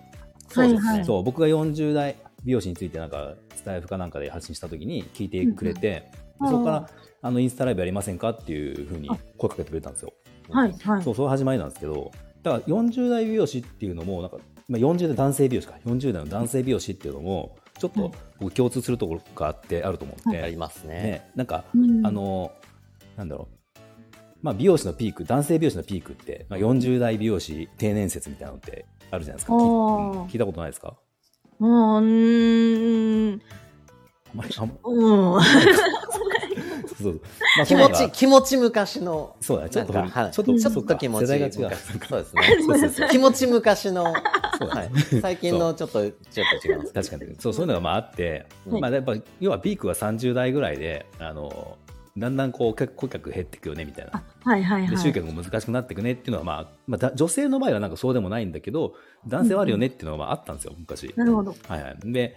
S3: はいはい
S2: そう、僕が40代美容師についてなんか、スタイフかなんかで発信した時に聞いてくれて、
S3: うんうん
S2: そこか
S3: あ
S2: ら、あの、インスタライブやりませんかっていうふうに声かけてくれたんですよ。
S3: はいはい
S2: そう、そういう始まりなんですけど、だから40代美容師っていうのも、なんか、まあ、40代男性美容師か、40代の男性美容師っていうのも、ちょっと僕共通するところがあって、あると思って、
S1: ありますね。
S2: ね、なんか、
S3: うん
S2: あの、なんだろう。まあ、美容師のピーク、男性美容師のピークって、まあ、40代美容師定年説みたいなのってあるじゃないですか。
S3: あ
S2: 聞
S3: ー
S2: うん聞いたことないですか
S3: もううーん
S2: あ んまり、あんま
S3: うん
S2: そうそう。まあ、
S1: 気
S2: そ
S1: 持
S2: う
S1: ち、気持ち昔の。
S2: そうだね。ちょっと、
S1: なんかはい
S2: ちょっと、
S1: ちょ
S2: そ
S1: っと
S2: か
S1: 気持
S2: 世
S1: ち
S2: 代が違
S1: 昔
S2: う。なんか
S1: そうですね。
S3: ごめん なさい
S1: 気持ち昔の、
S2: そうだ
S1: は
S2: ね
S1: い。最近のちょっと、ちょっと違います。
S2: 確かに。そう、そういうのがまああって、
S1: はい
S2: まあ、やっぱ、要はピークは30代ぐらいで、あの、だんだんこう、顧客顧客減っていくよね、みたいな。
S3: はいはい
S2: で
S3: は
S2: 集
S3: い
S2: 客も難しくなっていくねっていうのは、まあまあだ、女性の場合はなんかそうでもないんだけど男性はあるよねっていうのはまああったんですよ昔。
S3: なるほど
S2: はいはい、で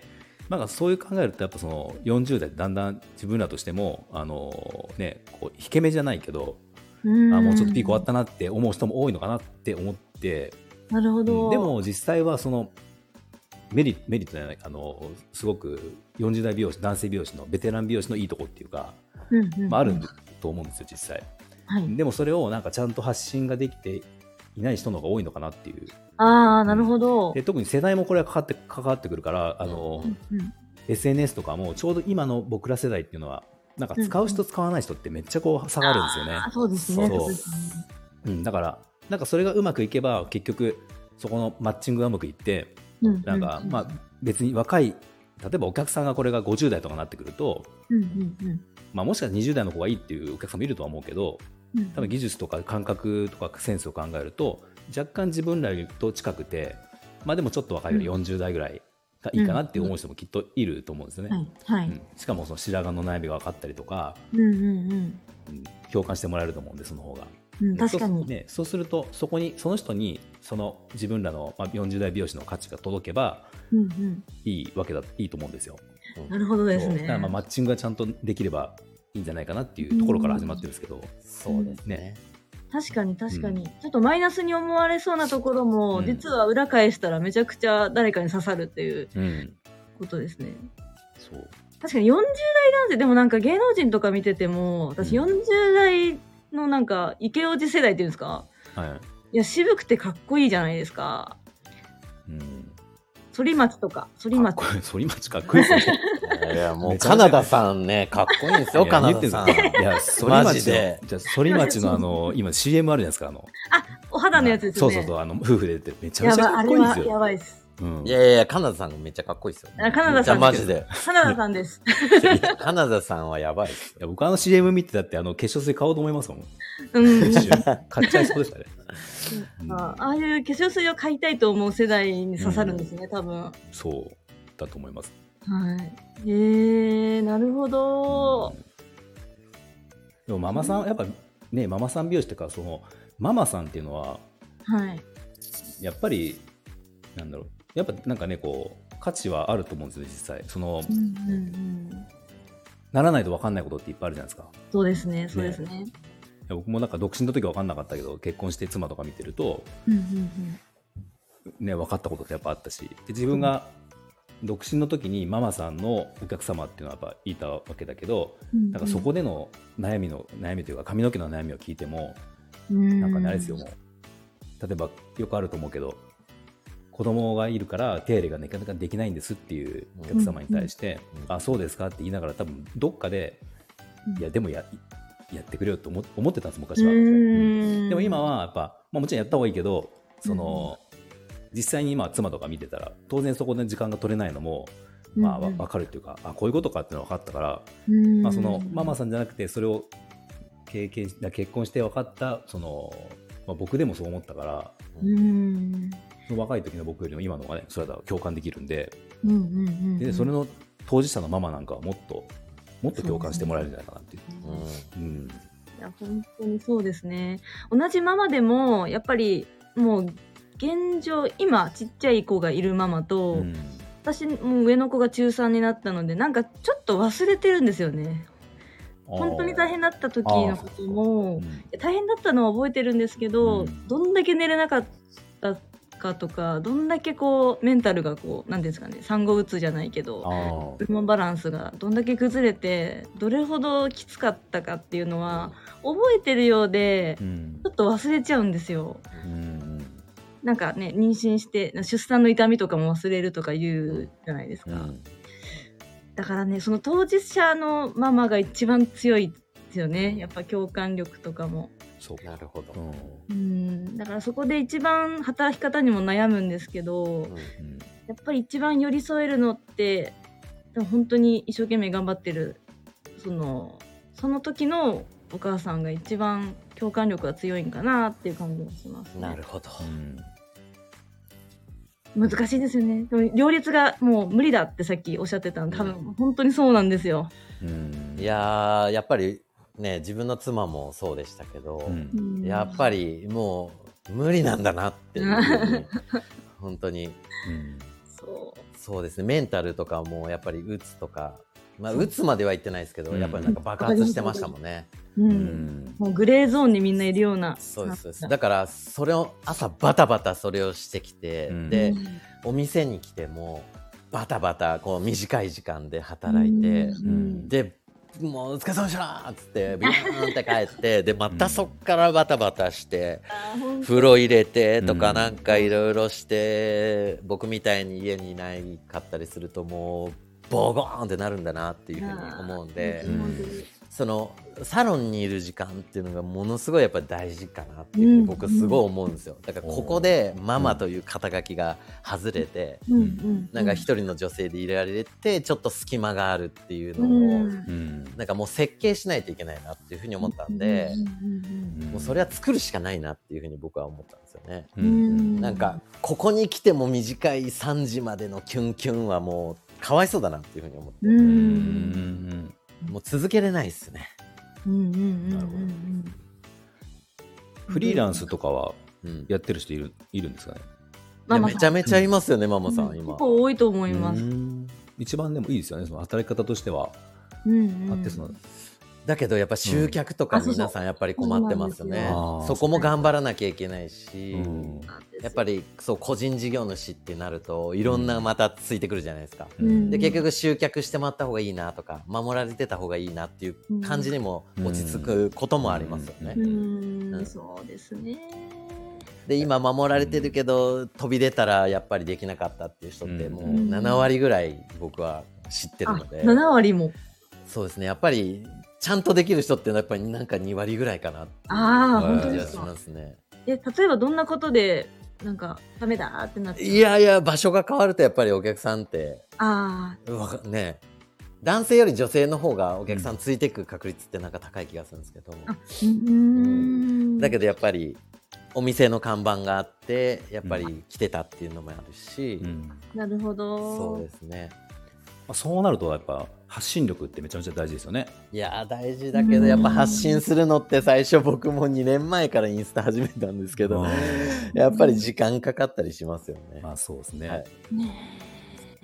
S2: なんかそういう考えるとやっぱその40代ってだんだん自分らとしてもあの、ね、こう引け目じゃないけど
S3: うん
S2: あもうちょっとピーク終わったなって思う人も多いのかなって思って、
S3: なるほ
S2: う
S3: ど
S2: んでも実際はそのメリメリットじゃないあのすごく40代美容師男性美容師のベテラン美容師のいいとこっていうか、
S3: うんうん
S2: まあ、あると思うんですよ実際。
S3: はい
S2: でもそれをなんかちゃんと発信ができていない人の方が多いのかなっていう。
S3: ああなるほど
S2: で特に世代もこれはかかって関わってくるから、あの、
S3: うん
S2: SNS とかもちょうど今の僕ら世代っていうのは、なんか使う人使わない人ってめっちゃこう差があるんですよね。
S3: あそうですね
S2: そう
S3: そうですね
S2: うん、だから、なんかそれがうまくいけば結局そこのマッチングがうまくいって、
S3: うう
S2: なんか、まあ別に若い、例えばお客さんがこれが50代とかになってくると、
S3: うんうん
S2: まあもしかしたら20代の方がいいっていうお客さんもいるとは思うけど、
S3: うん
S2: 多分技術とか感覚とかセンスを考えると若干自分らと近くて、まあ、でもちょっと若いより40代ぐらいがいいかなって思う人もきっといると思うんですよね。
S3: はいは
S2: うん
S3: い
S2: しかもその白髪の悩みが分かったりとか、
S3: うんうんうん
S2: うん共感してもらえると思うんでその方が。
S3: うん確か
S2: そう,、
S3: に
S2: ね、そうするとそこにその人にその自分らの、まあ、40代美容師の価値が届けば
S3: うんうん
S2: いいわけだいいと思うんですよ。
S3: なるほどです
S2: そうだ
S3: ね
S2: からまあマッチングがちゃんとできればいいんじゃないかなっていうところから始まってるんですけど。
S1: そうですね
S2: ね。
S3: 確かに確か
S2: う
S3: に、
S2: ん
S3: ちょっとマイナスに思われそうなところも、
S2: うん
S3: 実は裏返したらめちゃくちゃ誰かに刺さるっていう
S2: うん、
S3: ことですね
S2: そう
S3: 確かに40代男性でもなんか芸能人とか見てても私
S2: うん
S3: 40代のなんかイケオジ世代っていうんですか
S2: はい
S3: や渋くてかっこいいじゃないですか
S2: いうん
S3: 反町とか反
S2: かっ
S3: 町
S2: こいい反町かっこいいですよ。
S1: いや、もう、カナダさんね、かっこいいんですよ、
S2: い
S1: カ
S2: や
S1: ナ
S2: 言っ
S1: ダ
S2: てんす
S1: さ
S2: よ
S1: ん。
S2: いや、反
S1: マ
S2: 町
S1: ジで
S2: の、じゃあ反町のあの、今 CM あるじゃないですか、あの、
S3: お肌のやつですよね
S2: そうそうそう、あの、夫婦でってめちゃめ
S3: や
S2: ち
S3: ばい
S2: ゃか
S3: あ
S2: っ
S3: れ
S2: こいいで
S3: は
S2: す
S3: や
S2: よ。
S3: ばいです
S2: うん
S1: い。やいや、カナダさんめっちゃかっこいいですよ。
S3: あカナダ
S1: じゃ
S3: さ
S1: あ
S3: ん
S1: マジで。
S3: 花田さんです
S1: カナダさんはやばいです
S2: いや僕あの CM 見てたって、あの、化粧水買おうと思いますもん。
S3: うん
S2: 一瞬買っちゃいそうでしたね。うん
S3: あああいう化粧水を買いたいと思う世代に刺さるんですね、多分
S2: そう、だと思います。
S3: はい。えー、なるほど。
S2: でもママさん、やっぱね、ママさん美容師っていうか、その、ママさんっていうのは、
S3: はい。
S2: やっぱり、なんだろう、やっぱなんかね、こう、価値はあると思うんですよ、実際。その、
S3: うんうんうん。
S2: ならないと分かんないことっていっぱいあるじゃないですか。
S3: そうですね、そうですね。
S2: いや僕もなんか独身の時は分かんなかったけど結婚して妻とか見てると、
S3: うんうん
S2: ね、分かったことってやっぱあったしで自分が独身の時にママさんのお客様っていうのはやっぱいたわけだけど
S3: うん。
S2: なんかそこでの悩みの悩みというか髪の毛の悩みを聞いても
S3: うん、
S2: な
S3: なん
S2: かねあれですよもう例えばよくあると思うけど子供がいるから手入れがなかなかできないんですっていうお客様に対して、
S1: うん
S2: あそうですかって言いながら多分どっかでいやでもややってくれよと思思ってたんです昔は、でも今
S3: は、
S2: はやっぱ、まあ、もちろんやった方がいいけどその、実際に今妻とか見てたら当然そこで時間が取れないのも、まあ、わ分かるっていうか、あこういうことかっていうのが分かったから、
S3: うん
S2: まあ、そのママさんじゃなくてそれを経験し結婚して分かったその、まあ、僕でもそう思ったから
S3: うん
S2: その若い時の僕よりも今の方がねそれだと共感できるんで
S3: うんうんうん
S2: でそれの当事者のママなんかはもっともっと共感してもらえるんじゃないかなっていう。うん
S3: いや本当にそうですね同じママでもやっぱりもう現状今ちっちゃい子がいるママと、
S2: うん
S3: 私もう上の子が中3になったのでなんかちょっと忘れてるんですよね本当に大変だった時のこと
S2: う
S3: も
S2: ん
S3: 大変だったのは覚えてるんですけ
S2: う
S3: ど、
S2: ん
S3: どんだけ寝れなかったかとかどんだけこうメンタルがこう何ていうんですかね産後うつじゃないけど
S2: あー
S3: ホルモンバランスがどんだけ崩れてどれほどきつかったかっていうのは覚えてるようで
S2: うん
S3: ちょっと忘れちゃうんですよ。
S2: うん
S3: なんかね妊娠して出産の痛みとかも忘れるとか言うじゃないです
S2: う
S3: か、
S2: ん
S3: だからねその当事者のママが一番強いですよねやっぱ共感力とかも
S2: そうか
S1: なるほど
S2: う。ん
S3: うんだからそこで一番働き方にも悩むんですけど
S2: うん
S3: やっぱり一番寄り添えるのってでも本当に一生懸命頑張ってるそのその時のお母さんが一番共感力が強いんかなっていう感じがします、
S1: うん
S3: ね、
S1: なるほど。
S2: うん
S3: 難しいですよねでも両立がもう無理だってさっきおっしゃってたの多分本当にそうなんですよ、
S2: うん
S1: いやー、やっぱりね、自分の妻もそうでしたけど
S2: う、ん
S3: うん
S1: やっぱりもう無理なんだなっていうふう に、本当に
S2: うん
S3: そ
S1: そうですね、メンタルとかもやっぱり鬱とか、まあ
S3: そう
S1: 鬱までは言ってないですけど、
S2: うん
S1: やっぱりなんか爆発してましたもんね。
S3: う、うん
S2: うん
S3: もうグレーゾーンにみんないるような
S1: そうですそうです。
S3: なんか
S1: だからそれを朝バタバタそれをしてきて、
S2: うん
S1: で
S3: うん
S1: お店に来てもバタバタこう短い時間で働いて、
S3: うん
S1: でもうお疲れ様でしたっつ ってビューンって帰ってでまたそっからバタバタして。
S3: あーほん
S1: 風呂入れてと
S2: う
S1: か
S2: ん
S1: なんかいろいろして、僕みたいに家にいないかったりするともうボゴーンってなるんだなっていうふうに思うんで、
S2: うん
S1: そのサロンにいる時間っていうのがものすごいやっぱ大事かなっていうふうに僕すごい思うんですよだからここでママという肩書きが外れて、
S3: うんうん
S1: なんか一人の女性でいられてちょっと隙間があるっていう
S3: う
S1: のを、
S3: ん
S2: うん
S1: なんかもう設計しないといけないなっていうふうに思ったんで、もうそれは作るしかないなっていうふうに僕は思ったんですよね。
S2: う
S3: うんうん
S2: ん
S1: なんかここに来ても短い3時までのキュンキュンはもうかわいそうだなっていうふうに思って、
S3: うん
S2: う
S3: う
S2: んん
S1: もう続けれないっすね。
S3: うんうん
S2: なるほどフリーランスとかは
S1: うん、
S2: やってる人いるいるんですかね
S1: いや
S3: ママ
S1: め
S3: さん
S1: ちゃめちゃいますよね、ママさん、
S3: 結
S1: 今。
S3: 構多いと思います
S2: うん一番でもいいですよねその働き方としては
S3: うんうん
S2: あってその
S1: だけどやっぱ集客とか
S3: うん
S1: 皆さんやっぱり困ってますね、
S2: あそうそう
S1: そこも頑張らなきゃいけないし、
S2: うん
S1: やっぱりそう個人事業主ってなるといろんなまたついてくるじゃないですか、
S3: うん
S1: で結局集客してもらった方がいいなとか守られてた方がいいなっていう感じにも落ち着くこともありますよね、
S2: うん
S3: うんそうですね
S1: で今守られてるけど飛び出たらやっぱりできなかったっていう人って
S2: うん
S1: もう7割ぐらい僕は知ってる
S3: あ
S1: ので、
S3: 7割も
S1: そうですねやっぱりちゃんとできる人ってやっぱりなんか2割ぐらいかなっていう
S3: あ
S2: ー本当
S1: 感じ
S2: で
S1: が
S2: す
S1: し
S3: か
S1: ますね。
S3: え例えばどんなことでなんかダメだーってなって
S1: いやいや場所が変わるとやっぱりお客さんって
S3: あ
S1: わかね男性より女性の方がお客さんついていく確率ってなんか高い気がするんですけど、
S3: あーうん
S1: だけどやっぱりお店の看板があってやっぱり来てたっていうのもあるし、
S2: うんま
S3: なるほど
S1: そうですね
S2: あそうなるとやっぱ発信力ってめちゃめちゃ大事ですよね
S1: いやー大事だけどやっぱ発信するのって最初僕も2年前からインスタ始めたんですけど
S2: うん
S1: やっぱり時間かかったりしますよね
S2: まあそうですね、
S1: はい
S3: ね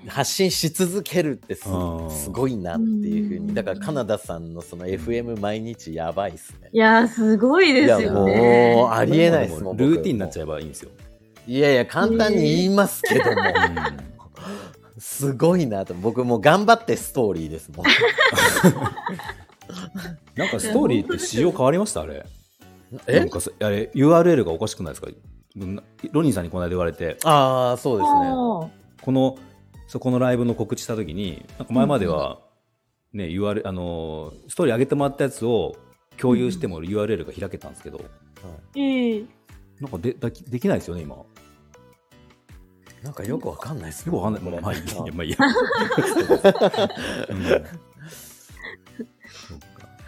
S1: 発信し続けるってす
S2: うん
S1: すごいなっていうふう
S3: うん
S1: にだからカナダさんのその FM 毎日やばいっすね
S3: いやーすごいですよね
S1: いやもうありえないですもん
S2: ルーティンになっちゃ
S1: ゃ
S2: えばいいんですよ、
S1: ういやいや簡単に言いますけども、
S2: うん
S1: すごいなと僕もう頑張ってストーリーですもん
S2: なんかストーリーって仕様変わりましたあれ
S1: え
S2: なんかそあれ URL がおかしくないですかなロニーさんにこの間言われて
S1: ああ、そうですね。
S3: あ
S2: このそこのライブの告知した時になんか前までは、ね URL あのーストーリー上げてもらったやつを共有しても URL が開けたんですけど、
S3: ーええ
S2: なんかでだきできないですよね今よ
S1: なんかよくわかんないですね。
S2: くわかんないまあまあいい
S1: これ
S2: やまあい いや、うんそっか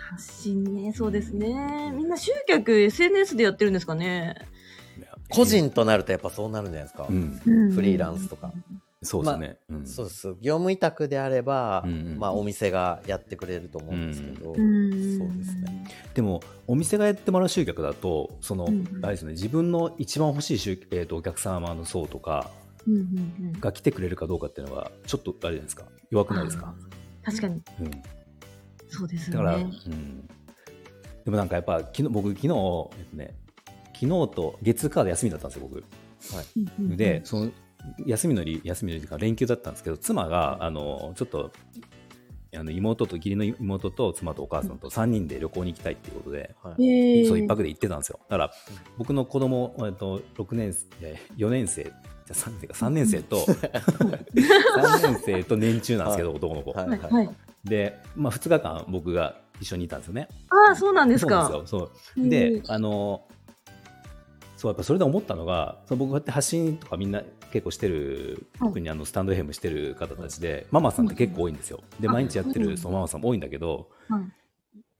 S3: 発信ね、そうですね。みんな集客 SNS でやってるんですかね。
S2: いや
S1: 個人となるとやっぱそうなるんじゃないですか。
S2: うん
S1: フ
S3: フ
S1: リーランスとか。
S2: そうですね、うん
S1: そうです。業務委託であれば、
S2: うんうん
S1: まあお店がやってくれると思うんですけど。そ
S3: ん
S1: うですね。
S2: でもお店がやってもらう集客だとその、
S3: うんうん
S2: あれですね自分の一番欲しい集、えー、とお客様の層とか
S3: うんうんうん
S2: が来てくれるかどうかっていうのがちょっとあれじゃないですか弱くないですか、
S3: 確かに、
S2: うん、
S3: そうです
S2: だ
S3: よ
S2: から、う
S3: ね。
S2: ん、でもなんかやっぱ昨日僕昨日、えっとね、昨日と月火で休みだったんですよ僕
S3: うんうんうん
S2: で、その休みのり休みのりか連休だったんですけど妻があのちょっとあの妹と義理の妹と妻とお母さんと3人で旅行に行きたいっていうことで、
S1: はい
S3: ええ
S2: そう一泊で行ってたんですよ。だから僕の子供、えっと六年生、四年生、じゃあ三年生か三年生 と三年生と年中なんですけど男の子。
S1: はい
S3: はい
S1: は。
S3: はいい。
S2: で、まあ二日間僕が一緒にいたんですよね。
S3: ああ、そうなんです
S2: そうなんです
S3: か。
S2: よ。そう
S3: うん
S2: で、あのそうやっぱそれで思ったのが、その僕こうやって発信とかみんな結構してる、
S3: はい
S2: 特にあのスタンドヘムしてる方たちで、ママさんって結構多いんですよ。で、
S3: あ
S2: 毎日やって
S3: そうなん
S2: る
S3: だ
S2: そのママさんも多いんだけど、
S3: はい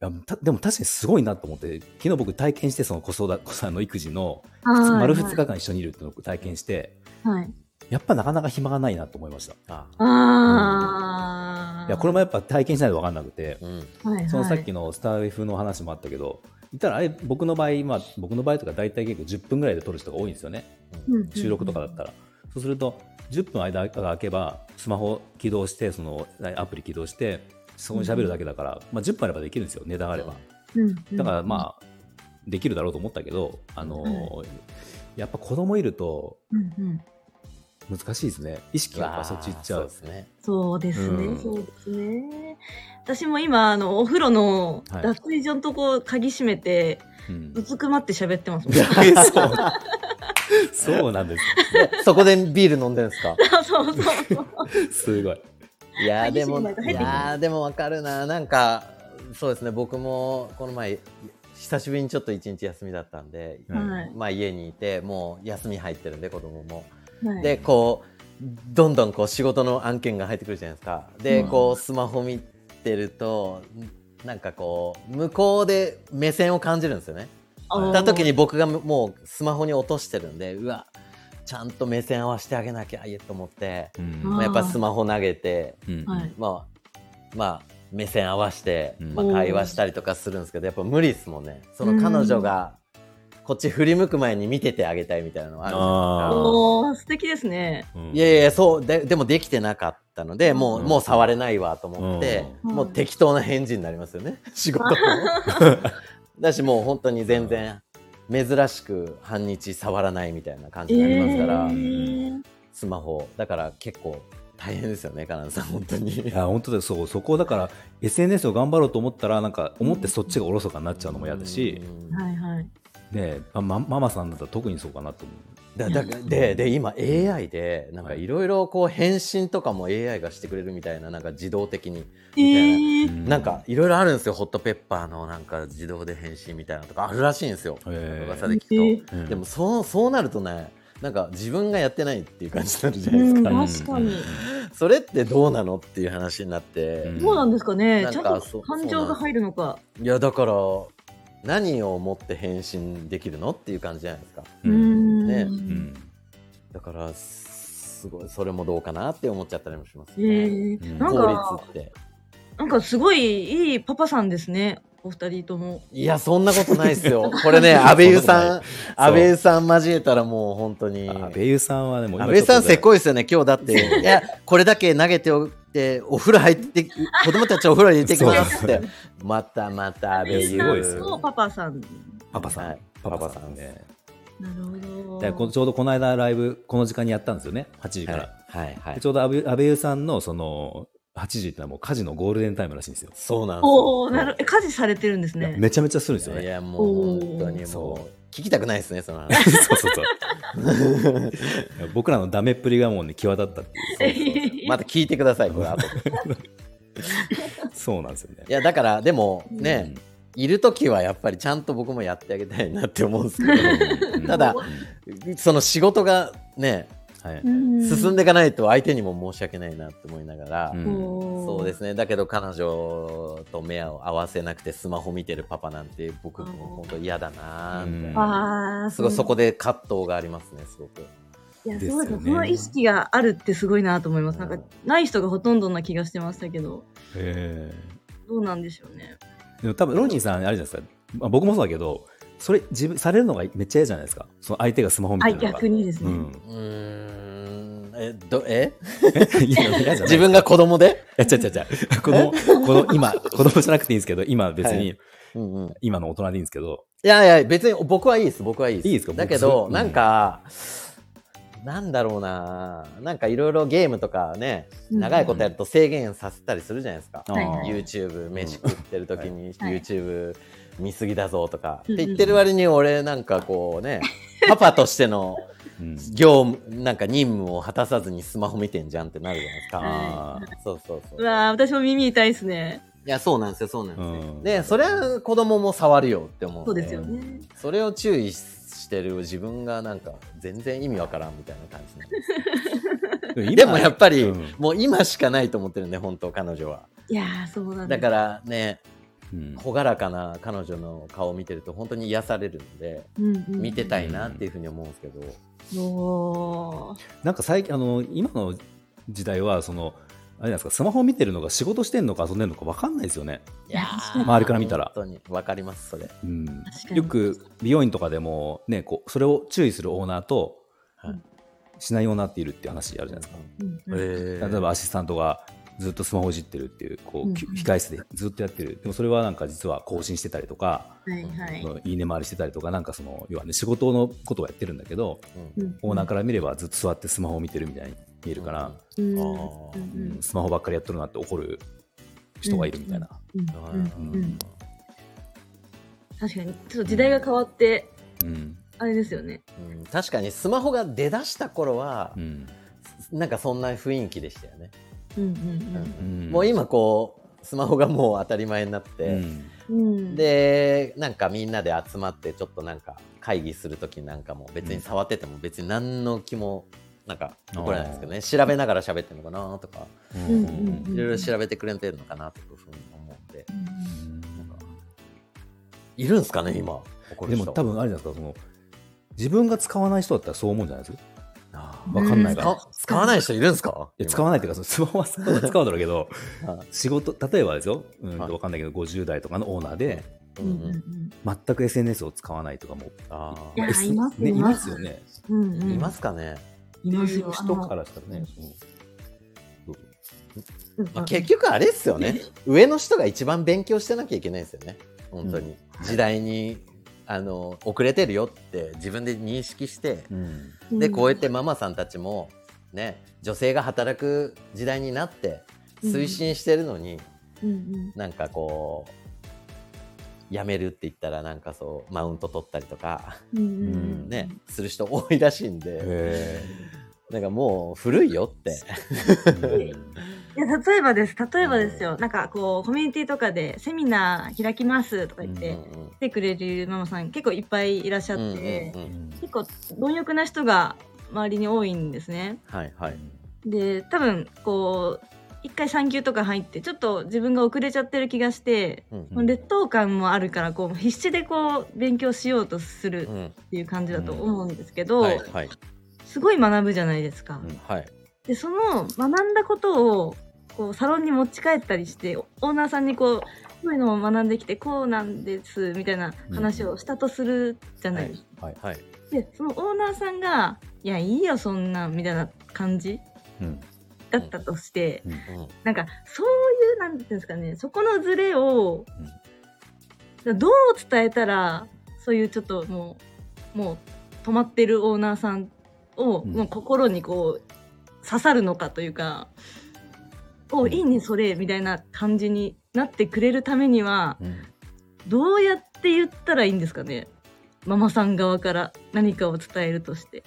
S2: いやたでも確かにすごいなと思って昨日僕体験してその子育子さんの育児の
S3: はい
S2: 丸2日間一緒にいるっていうのを体験して、
S3: はい。
S2: やっぱなかなか暇がないなと思いました。
S1: あ
S3: ああ。
S2: いやこれもやっぱ体験しないと分かんなくて、
S1: うん。
S3: はいはい、
S2: そのさっきのスターウェフの話もあったけど、言ったらあれ僕の場合、まあ、僕の場合とか大体結構10分ぐらいで撮る人が多いんですよね、
S3: うん
S2: 収録とかだったら。そうすると、10分間が空けば、スマホ起動して、そのアプリ起動して、そこに喋るだけだから、まあ、10分あればできるんですよ、値段あれば。
S3: うんうん
S2: だからまあ、できるだろうと思ったけど、あのーやっぱ子供いると
S3: うんうん
S2: 難しいですね。意識がやっぱそっち行っちゃ
S1: うわ
S2: う
S1: ー。そうですね。
S3: そうですね、
S2: うん
S3: そうですね。私も今、あの、お風呂の
S2: はい
S3: 脱衣所のとこ、鍵閉めて、
S2: うん
S3: うつくまって喋ってますもん。
S2: え そうそうなんです。
S1: でそこでビール飲んでるんですか
S3: そうそうそう。
S2: すごい。
S1: いやーでも、い
S3: 激しいね
S1: やーでもわかるな。なんか、そうですね。僕もこの前、久しぶりにちょっと一日休みだったんで、
S3: はい
S1: まあ家にいて、もう休み入ってるんで、子供も。
S3: はい
S1: で、こう、どんどんこう仕事の案件が入ってくるじゃないですか。で、
S2: うん
S1: こう、スマホ見てると、なんかこう、向こうで目線を感じるんですよね。
S3: あ
S1: 行
S3: の
S1: った時に僕がもうスマホに落としてるんで、うわ、ちゃんと目線合わせてあげなきゃいいと思って、
S2: うん
S3: あ
S1: まあやっぱスマホ投げて、
S2: うん
S3: はい
S1: まあ、まあ、目線合わせて、
S2: うん
S1: まあ、会話したりとかするんですけど、やっぱ無理ですもんね。その彼女が、こっち振り向く前に見ててあげたいみたいなのあるじゃないですか。
S3: おー素敵ですね。
S2: うん
S1: いやいやいや、そう、ででもできてなかったので、もう、
S2: うん
S1: もう触れないわと思って、
S3: うん
S1: もう適当な返事になりますよ ね、仕事も。だし、もう本当に全然、珍しく半日触らないみたいな感じになりますから、
S3: え
S2: ー
S3: ー
S1: スマホ。だから結構大変ですよね、カナンさん、本当に
S2: い。や本当だよそうそこだから SNS を頑張ろうと思ったらなんか思ってそっちがおろそかになっちゃうのも嫌だし、
S1: うん
S3: はいはい。
S2: ねままママさんだったら特にそうかなと思う
S1: だだでで今 AI でなんかいろいろこう返信とかも AI がしてくれるみたいななんか自動的に
S3: え
S1: み
S3: ー、
S1: なんかいろいろあるんですよホットペッパーのなんか自動で返信みたいなのとかあるらしいんですよ
S2: へー
S1: 噂で
S3: え
S1: 聞く
S2: うん、
S1: とでもそうそうなるとねなんか自分がやってないっていう感じになるじゃないで
S3: う
S1: す
S3: ん、
S1: か、
S3: 確かに。
S1: それってどうなのっていう話になって、
S2: うん
S3: そうなんですかね。
S1: なん
S3: ち
S1: か
S3: ゃんと
S1: そう
S3: 感情が入るのか。
S1: いやだから何をもって返信できるのっていう感じじゃないですか
S3: うーん。
S1: ね
S2: うん
S1: だからすごいそれもどうかなって思っちゃったりもします
S3: え
S1: ね、
S3: ー
S2: うん
S3: なん
S1: 効
S3: か、
S1: 率って
S3: なんかすごいいいパパさんですね。お二人とも。
S1: いや、そんなことないですよ。こ れね、安倍優さん、安倍優さん交えたらもう本当に。
S2: あ
S1: 安
S2: 安倍優さんはねもう今
S1: 倍優さん、
S2: ちょっとね
S1: せっこいですよね、今日だって。いや、これだけ投げておいて、お風呂入って、子供たちお風呂入れてきますって。またまた安倍
S2: す
S1: 優。
S2: ごいですよ
S3: もうパパさん。
S2: パパさん、
S1: はい
S2: パパ
S1: パパ
S2: さ
S1: さん
S2: んね
S3: なるほど。
S2: でこちょうどこの間ライブこの時間にやったんですよね8時か
S1: は
S2: ら、
S1: い、はい、はい
S2: でち。ょうど安倍安倍優さんのその8時ってのはもう家事のゴールデンタイムらしいんですよ、
S1: そうなん
S3: おお、
S1: で
S3: なる、え家事されてるんですね。
S2: めちゃめちゃするんですすよ
S1: よ。い
S2: ね
S1: や、もう本当にも、
S2: そう
S1: 聞きたくないですね、その話。
S2: そうそうそう 僕らのダメっぷりがもうね際立ったっていう
S1: そうそう そうまた聞いてください、これ後で。
S2: そうなんですよね
S1: いや、だから、でもね、いるときはやっぱりちゃんと僕もやってあげたいなって思うんですけ
S2: う ん
S1: ただ
S2: うん
S1: ど、その仕事がね、
S2: はい、
S1: 進ん
S3: で、。
S1: でいかないと相手にも申し訳ないなって思いながら、
S2: うん
S1: そうですすね。だけど彼女と目を合わせなくてスマホ見てるパパなんて僕も本当嫌だなみたいな。
S3: ああ、
S1: すごいそこ
S3: で。
S1: で葛藤がありますね、すごく。
S3: いや、
S2: です
S3: す
S2: よね
S3: ごいです。その意識があるってすごいなと思います。なんか、ない人がほとんどな気がしてましたけど、
S2: えー
S3: どうなんでしょうね。
S2: でも多分ロニーさんあれじゃないですか、まあ、僕もそうだけどそれ自分されるのがめっちゃ嫌じゃないですかその相手がスマホ見て
S3: あ、
S2: るのが
S3: 逆にです
S2: う
S3: ね。
S2: ん
S1: うーん。え、ど、え
S2: いや嫌じゃない
S1: 自分が子供で
S2: いや違う違う違うこのこの今子供じゃなくていいんですけど今別に、
S1: はうんうん。い
S2: 今の大人でいいんですけど
S1: やいや、別に僕はいいです、僕はいいです。
S2: いいですか
S1: だけ
S2: 僕そ
S1: ど、
S2: ううん
S1: なんか、なんだろうななんかいろいろゲームとかね、
S3: うん
S1: 長いことやると制限させたりするじゃないですか。
S3: はいはい
S2: あー
S1: YouTube 飯食ってる時に
S3: はい
S1: YouTube 見すぎだぞとかっ
S3: うん
S1: て
S3: うん
S1: 言ってる割に俺なんかこうねパパとしての
S2: うん
S1: 業務なんか任務を果たさずにスマホ見てんじゃんってなるじゃないですか。
S2: あ
S1: そうそうそうう。い
S3: わー私も耳痛いですね。
S1: やそうなんですよそうなん
S2: ーう
S1: ですよ。
S2: ん
S1: でそれは子供も触るよって思う
S3: そ
S1: ん
S3: う
S1: で
S3: ですよね。
S1: それを注意してる自分がなんか全然意味わからんみたいな感じなんです
S2: 今
S1: でもやっぱり、
S2: うん
S1: もう今しかないと思ってるんで本当彼女は。
S3: いやー、そうなん
S1: だ
S3: です
S1: からね
S2: うん
S1: 朗らかな彼女の顔を見てると本当に癒されるので
S3: うんうん
S1: 見てたいなっていうふうに思うんですけど、
S3: おー
S2: なんか最近あの今の時代はそのあれなんですかスマホ見てるのが仕事してんのか遊んでるのか分かんないですよね、
S1: いやー
S2: 周りから見たら
S1: 本当に分かりますそれ
S2: うん
S3: 確かに
S2: よく美容院とかでもねこうそれを注意するオーナーと、
S1: はい
S2: しないオーナーっているっていう話あるじゃないですか
S3: うんうん
S1: 例
S2: 例えばアシスタントがずっとスマホいじってるっていうこ
S3: うん
S2: うき控え室でずっとやってるでもそれはなんか実は更新してたりとか、
S3: はいはい
S2: そ。のいいね回りしてたりとかなんかその要はね仕事のことをやってるんだけど
S3: うん
S2: オーナーから見ればずっと座ってスマホを見てるみたいに見えるから、
S3: うん
S1: あー
S3: うんうん
S2: うんスマホばっかりやっとるなって怒る人がいるみたいな、
S3: うんうんうん確かにちょっと時代が変わって、
S2: うん
S3: あれですよね
S1: うん確かにスマホが出だした頃は
S2: う、ん
S1: なんかそんな雰囲気でしたよね、
S3: うん
S2: うん
S1: もう今こうスマホがもう当たり前になっ
S2: う
S1: て、
S2: ん
S3: うんうん
S1: でなんかみんなで集まってちょっとなんか会議する時なんかも別に触ってても別に何の気もなんか怒らないですけどね調べながら喋ってるのかなとか
S2: うん
S3: うん
S1: いろいろ調べてくれてるのかなというふうに思うんでいるんですかね今怒
S2: で
S1: る人
S2: も多分あれじゃないですかその自分が使わない人だったらそう思うんじゃないですか
S1: あ
S2: わかんないから、
S1: あ使わない人いるんですか
S2: いや使わないっていうかそのスマホは使う使うだろうけ ど
S1: は
S2: 仕事例えばですよ、うん
S1: はい
S2: とわかんないけど50代とかのオーナーで
S1: う
S3: うんん
S1: うん
S2: 全く SNS を使わないとかもう
S1: あ
S3: いや
S1: ー
S2: S-
S3: います
S2: ね、い
S3: い
S2: ま
S3: ますす
S2: よね、
S3: うんうん
S1: いますかね、
S3: い
S2: っ
S3: ま
S2: て
S3: す
S2: いう
S3: よ
S2: 人からしたらねそうそう
S3: うん
S1: まあ、結局あれっすよね上の人が一番勉強してなきゃいけないですよね本当に、時代にあの遅れてるよって自分で認識して、
S2: うん
S1: でこうやってママさんたちもね女性が働く時代になって推進してるのに、
S3: うんうん
S1: なんかこうやめるって言ったらなんかそうマウント取ったりとか、
S3: うんうん
S2: うん
S1: ねする人多いらしいんで
S2: へ
S1: なんかもう古いよって
S2: ー
S3: いや例えばです例えばですよなんかこうコミュニティとかでセミナー開きますとか言って、
S1: うんうん
S3: 来てくれるママさん結構いっぱいいらっしゃっ
S1: う
S3: て、
S1: んうんうん
S3: 結構貪欲な人が周りに多いんですね。
S1: はいはい
S3: で多分こう一回産休とか入ってちょっと自分が遅れちゃってる気がして、
S1: うん
S2: うん
S3: 劣等感もあるからこう必死でこう勉強しようとする
S1: う
S3: っ
S1: ん
S3: ていう感じだと思うんですけど、
S1: はいはい
S3: すごい学ぶじゃないですか。
S2: うん
S1: はい
S3: でその学んだことをこうサロンに持ち帰ったりしてオーナーさんにこうこういうのを学んできてこうなんですみたいな話をしたとするじゃないですか。
S2: はい
S1: はい
S3: でそのオーナーさんが「いやいいよそんなん」みたいな感じ
S2: うん
S3: だったとして。
S1: うん
S3: なんかそういうなんていうんですかねそこのズレを、どう伝えたらそういうちょっともうもう止まってるオーナーさんを、
S2: うん
S3: もう心にこう刺さるのかというか「おいいねそれ」みたいな感じになってくれるためには
S2: うん
S3: どうやって言ったらいいんですかねママさん側から何かを伝えるとして。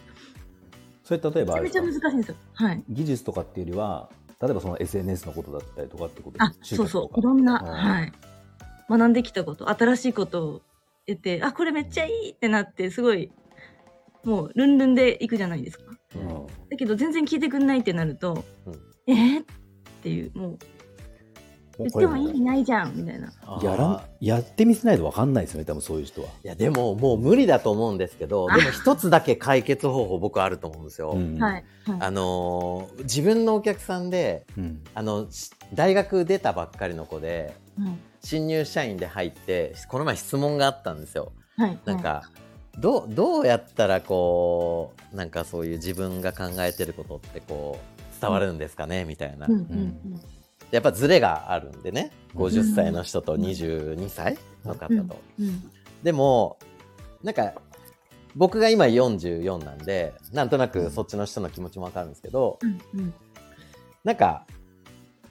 S2: それ例えば
S3: めちゃめちゃ難しいんですよ。はい。
S2: 技術とかっていうよりは例えばその SNS のことだったりとかってこと
S3: あ、
S2: 集
S3: そう
S2: 客
S3: そ
S2: と
S3: う。
S2: か
S3: いろんな、
S2: うん
S3: はい。学んできたこと、新しいことを得て、あ、これめっちゃいいってなって、すごい、もう、ルンルンでいくじゃないですか。
S2: うん
S3: だけど、全然聞いてくんないってなると、えー、っていう、もう、言っても意味ないじゃん、みたいな。
S1: あー
S2: やらんやってみせないと分かんないですよね多分そういう人は、
S1: いや、でも、もう無理だと思うんですけど、でも一つだけ解決方法僕あると思うんですよ。
S2: うん
S3: はい。はい。
S1: あのー自分のお客さんで、
S2: うん
S1: あの、し大学出たばっかりの子で、
S3: はい
S1: 新入社員で入って、この前質問があったんですよ。
S3: はい。
S1: なんか、どうどうやったらこうなんかそういう自分が考えてることってこう伝わるんですかね、みたいな、
S3: うん、うん、うん。
S1: やっぱズレがあるんでね50歳の人と
S3: うん
S1: 22歳の方と、
S3: うんうん
S1: でもなんか僕が今44なんでなんとなくそっちの人の気持ちもわかるんですけど
S3: うんうん
S1: なんか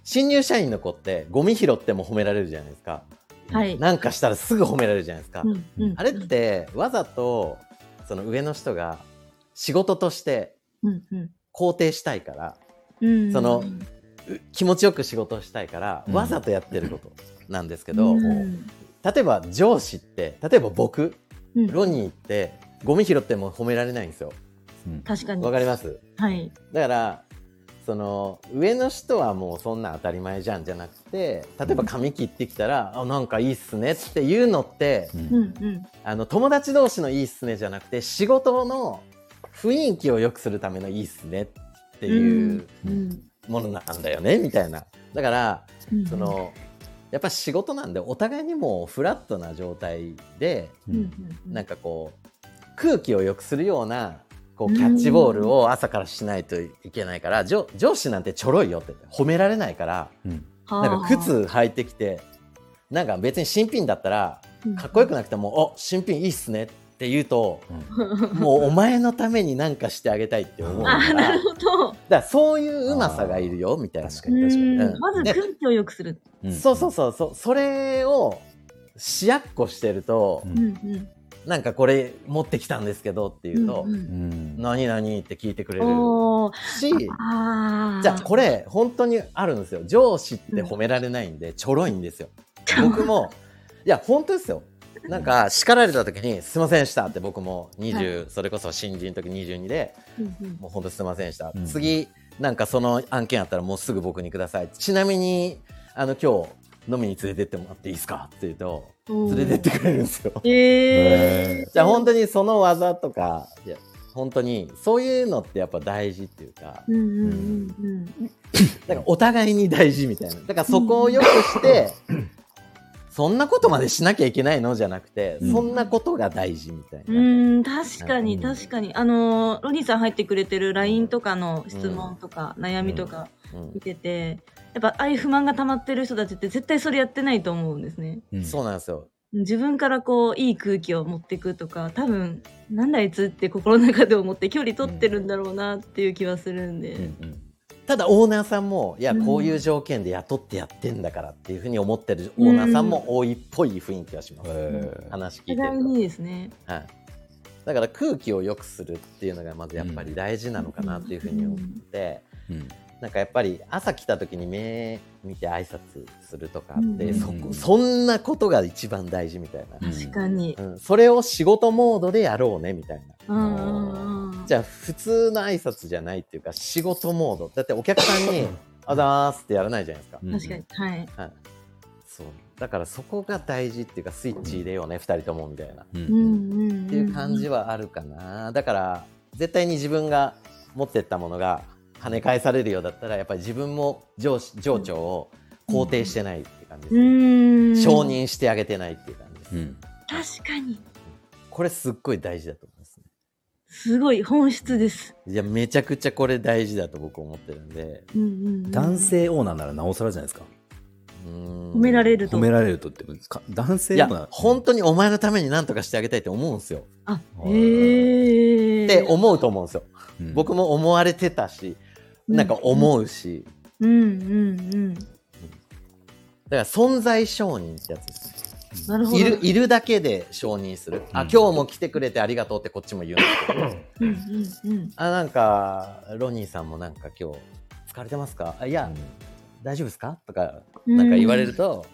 S1: 新入社員の子ってゴミ拾っても褒められるじゃないですか
S3: はい。
S1: なんかしたらすぐ褒められるじゃないですか、
S3: うんうん
S1: あれってわざとその上の人が仕事として
S3: うんうん
S1: 肯定したいから
S3: うん
S1: そのう気持ちよく仕事をしたいから
S2: うん
S1: わざとやってることなんですけど、
S3: うん
S1: 例えば上司って例えば僕
S3: うん
S1: ロニーってゴミ拾っても褒められないんですよ
S2: うん
S3: 確かに。
S1: わかります
S3: はい。
S1: だからその上の人はもうそんな当たり前じゃんじゃなくて例えば髪切ってきたら、あなんかいいっすねっていうのって
S2: うん
S3: うんうん。
S1: あの友達同士のいいっすねじゃなくて仕事の雰囲気を良くするためのいいっすねっていう
S3: うん
S1: ものなんだよね、みたいなだから
S3: うん
S1: そのやっぱ仕事なんでお互いにもうフラットな状態で
S2: う
S3: うんうん
S2: ん
S3: うん
S1: なんかこう空気を良くするようなこうキャッチボールを朝からしないといけないから上上司なんてちょろいよって褒められないから
S2: うん
S1: なんか靴履いてきてなんか別に新品だったらかっこよくなくても「あ新品いいっすね」って言うともうお前のために何かしてあげたいって思うか
S3: あーな
S1: ら
S3: るほ ど。
S1: だからそういううまさがいるよみたいな
S2: 確か
S3: う
S2: に確かに、
S1: うん
S3: んまず空気を良くする。
S2: ん
S1: そうそうそうそうそれをしやっこしてると、
S2: うん
S3: うんうん
S1: なんかこれ持ってきたんですけどっていうと「
S3: うんう
S2: うんん
S1: 何々?」って聞いてくれる
S3: おー
S1: し
S3: あー
S1: じゃあこれ本当にあるんですよ上司って褒められないんでちょろいんですよ、僕もいや本当ですよなんか叱られた時に「すいませんでした」って僕も20、それこそ新人の時22で
S3: うんうん
S1: もう本当すいませんでした、
S2: うん
S1: 次なんかその案件あったらもうすぐ僕にくださいちなみにあの今日飲みに連れてってもらっていいですかって言うと
S3: うん
S1: 連れてってくれるんですよ、
S3: え
S2: へ
S1: じゃあ本当にその技とかいや本当にそういうのってやっぱ大事っていうか
S3: ーうんうんうんうん
S1: だからお互いに大事みたいなだからそこを良く して、そんなことまでしなきゃいけないのじゃなくて、
S2: うん
S1: そんなことが大事みたいな、
S3: うん確か
S2: う
S3: に
S2: ん
S3: 確かにあのーロニーさん入ってくれてる LINE とかの質問とか悩みとか
S1: うん
S3: 見ててやっぱああいう不満が溜まってる人たちって絶対それやってないと思うんですね。
S2: うん
S1: そうなんですよ
S3: 自分からこういい空気を持っていくとか多分なんだあいつって心の中で思って距離取ってるんだろうなっていう気はするんで、
S2: うんうん
S1: ただオーナーさんもいや
S3: うん
S1: こういう条件で雇ってやってんだからっていうふうに思ってるオーナーさんも多いっぽい雰囲気はします、
S2: へー
S1: 話聞
S3: 意
S1: いて
S3: 外
S1: ると、
S3: にですね
S1: はい、だから空気を良くするっていうのがまずやっぱり大事なのかなっていうふうに思って、
S2: うん
S1: なんかやっぱり朝来た時に目見て挨拶するとかって、
S3: うん
S1: そこそんなことが一番大事みたいな、
S2: うん
S3: 確かに、
S1: うんそれを仕事モードでやろうねみたいな
S3: うん、うんうん
S1: じゃあ普通の挨拶じゃないっていうか仕事モードだってお客さんに「あざーす」ってやらないじゃないですか、
S2: うん
S3: 確かにはい
S1: はい、そうだからそこが大事っていうかスイッチ入れようね、二人ともみたいなっ
S2: うん
S3: うんうんん
S1: ていう感じはあるかなだから絶対に自分が持ってったものが跳ね返されるようだったらやっぱり自分も上司上長を肯定してないって感じです
S3: う
S1: ね、
S3: ん
S1: 承認してあげてないっていう感じです、
S2: うん
S3: 確かに
S1: これすっごい大事だと思いますね
S3: すごい本質です、
S1: いや、めちゃくちゃこれ大事だと僕思ってるんで。
S3: うんうんうん
S2: 男性オーナーならなおさらじゃないですか
S1: 褒
S3: 褒められると
S2: 褒められるとってか男性
S1: い
S2: オーナー
S1: や、本当にお前のために何とかしてあげたいって思うんですよ。
S3: あ
S2: あ
S3: ええ
S1: って思うと思うんですよ。
S2: うん
S1: 僕も思われてたし、なんか思うし。
S3: うんうんうん
S1: だから存在承認ってやつです。
S3: なるほど。
S1: いる、いるだけで承認する。あ、今日も来てくれてありがとうってこっち も言うんですけど。
S3: うんうんうん。
S1: あ、なんか、ロニーさんもなんか今日、疲れてますかあいや、大丈夫ですかとか、なんか言われると、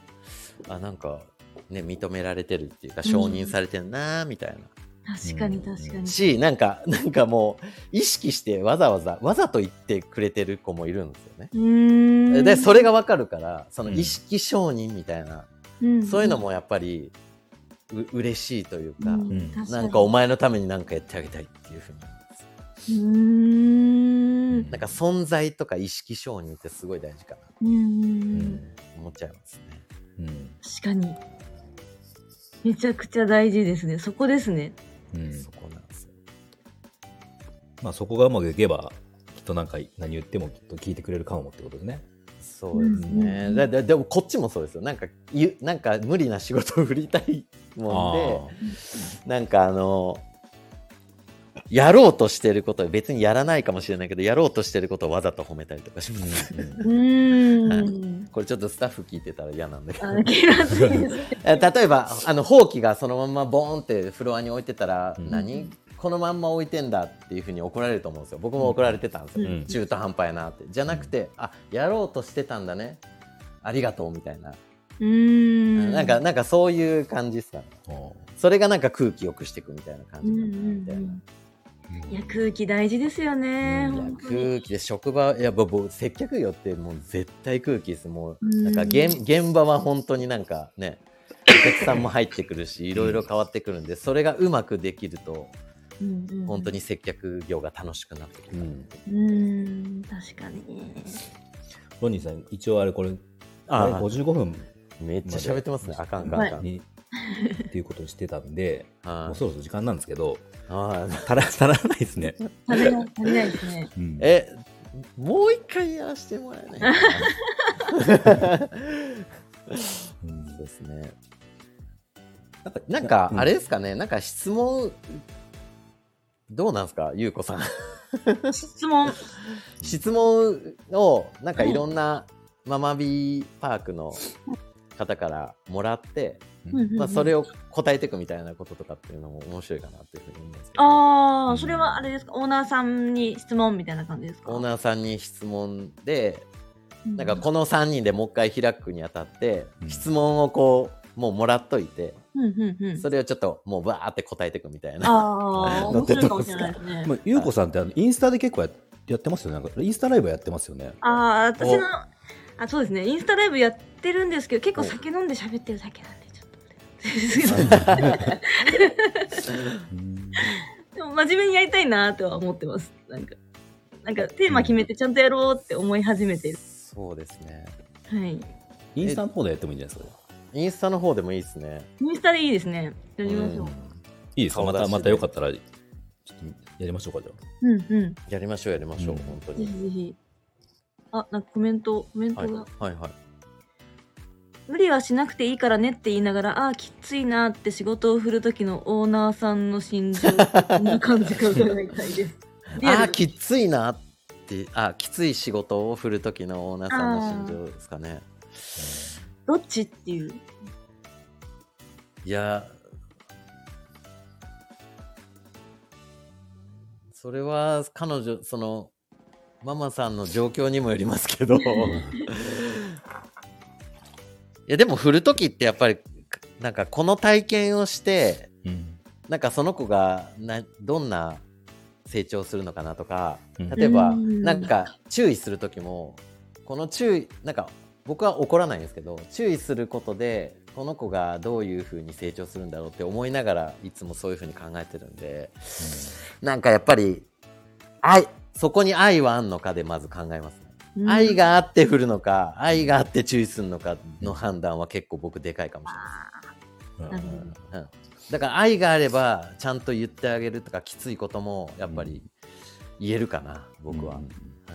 S1: あ、なんか、ね、認められてるっていうか、承認されてるなーみたいな。
S3: 確かに確かに。
S1: し、なんか、 なんかもう、意識してわざわざ、わざと言ってくれてる子もいるんですよね。
S3: うーん。
S1: で、それがわかるから、その意識承認みたいな、
S3: うん
S1: そういうのもやっぱり、う嬉しいというか、
S3: うん
S2: うん
S3: 確に
S1: なんかお前のために何かやってあげたいっていうふうに。
S3: うーん。
S1: なんか存在とか意識承認ってすごい大事かな
S3: うーん。
S1: 思っちゃいますね。
S2: うん
S3: 確かに。めちゃくちゃ大事ですね。そこですね。
S2: うん
S1: そこなんですよ。
S2: まあ、そこがうまくいけばきっとなんか何言ってもきっと聞いてくれるかもってことでね
S1: そうですね。
S3: うん
S1: だだでもこっちもそうですよ。なんかゆなんか無理な仕事を振りたいもんで、なんかあのやろうとしてること別にやらないかもしれないけどやろうとしてることをわざと褒めたりとかし
S2: あ
S1: ます。
S2: ーうん
S3: うーん。
S1: これちょっとスタッフ聞いてたら嫌なんだけど
S3: あ、気がついですね。
S1: え例えばあのほうきがそのまんまボーンってフロアに置いてたら、
S2: うん
S1: 何このまんま置いてんだっていうふうに怒られると思うんですよ僕も怒られてたんですよ、
S2: うん
S1: 中途半端やなってじゃなくて、あやろうとしてたんだねありがとうみたいな、
S3: うーん。
S1: なんか、なんかそういう感じですかねそれがなんか空気よくしていくみたいな感
S3: う
S1: じ
S3: ん
S1: か
S3: う
S1: なんみたいな、
S3: うん。いや、空気大事ですよね。
S2: うん
S1: いや
S3: 本当に
S1: 空気で職場いや僕接客業ってもう絶対空気ですもう
S3: うん
S1: なんか現現場は本当になんかねお客さんも入ってくるしいろいろ変わってくるんでそれがうまくできると
S3: うんうん
S1: 本当に接客業が楽しくなってくる、
S2: うん
S3: うーん、確かに。
S2: ロニーさん一応あれこれ
S1: あ
S2: あ55分
S1: めっちゃ喋ってますねあかんあかんあかん、
S2: にっていうことにしてたんで
S1: は
S2: も
S1: いう
S2: そろそろ時間なんですけど
S1: はい
S2: 足ら 足らないですね、
S3: 足りない、足りないですね。
S2: うん
S1: えもう一回やらせてもらえないか な
S2: うん
S1: そうですねなんかあれですかね、なんか質問どうなんですかゆうこさん
S3: 質問。
S1: 質問をなんか
S3: うん
S1: いろんなママビーパークの方からもらって、まあ、それ
S3: を。
S1: を答えていくみたいなこととかっていうのも面白いかなっていうふうに思うんですけど
S3: ああ、それはあれですか、オーナーさんに質問みたいな感じですか。
S1: オーナーさんに質問で
S3: う
S1: なんかこの3人でもう一回開くにあたって
S2: うん
S1: 質問をこうもうもらっといて
S3: うんうんうん。
S1: それをちょっともうバーって答えていくみたいな。
S3: あ
S1: 乗
S3: あ、面
S1: ってど
S3: 白いうかも
S1: で
S3: し
S1: す
S3: れ
S1: か
S3: ないですね
S2: ま。あ、ゆうこさんってあのインスタで結構ややってますよねなんかインスタライブやってますよね
S3: ああ、私の。あ、そうですね。インスタライブやってるんですけど、結構酒飲んで喋ってるだけなんで、ちょっとあれですけど。
S2: うん
S3: でも真面目にやりたいなとは思ってます。なんか。なんかテーマ決めてちゃんとやろうって思い始めてる。
S1: そうですね。
S3: はい。
S2: インスタの方でやってもいいんじゃないですか
S1: インスタの方でもいいですね。
S3: インスタでいいですね。やりましょう。
S2: いいですか
S1: 顔
S2: ま
S1: 出して
S2: たまたよかったらちょっとやりましょうかじゃあ
S3: うんうん。ぜ
S1: やりましょうやりましょう、
S2: うん
S1: 本当
S3: ひ
S1: に。
S3: ぜひ。あ、なんかコメント、コメント
S1: はい
S3: が。
S1: はいはい。
S3: 無理はしなくていいからねって言いながら、ああー、きついなーって仕事を振る時のオーナーさんの心情、こんな感じか伺いたいです。リア
S1: あー
S3: ル
S1: きついなってあきつい仕事を振る時のオーナーさんの心情ですかね
S3: どっちっていう。
S1: いやそれは彼女そのママさんの状況にもよりますけ どいやでも振る時ってやっぱりなんかこの体験をして
S2: うん
S1: なんかその子がなどんな成長するのかなとか
S2: うん
S1: 例えば
S3: うん
S1: なんか注意する時もこの注意なんか僕は怒らないんですけど注意することでこの子がどういうふうに成長するんだろうって思いながらいつもそういうふうに考えてるんでなんかやっぱり愛そこに愛はあんのかでまず考えますね。
S3: うん
S1: 愛。があって振るのか愛があって注意するのかの判断は結構僕でかいかもしれないです。
S2: うん
S3: なるほど
S1: うんだから愛があればちゃんと言ってあげるとかきついこともやっぱり言えるかな、僕は、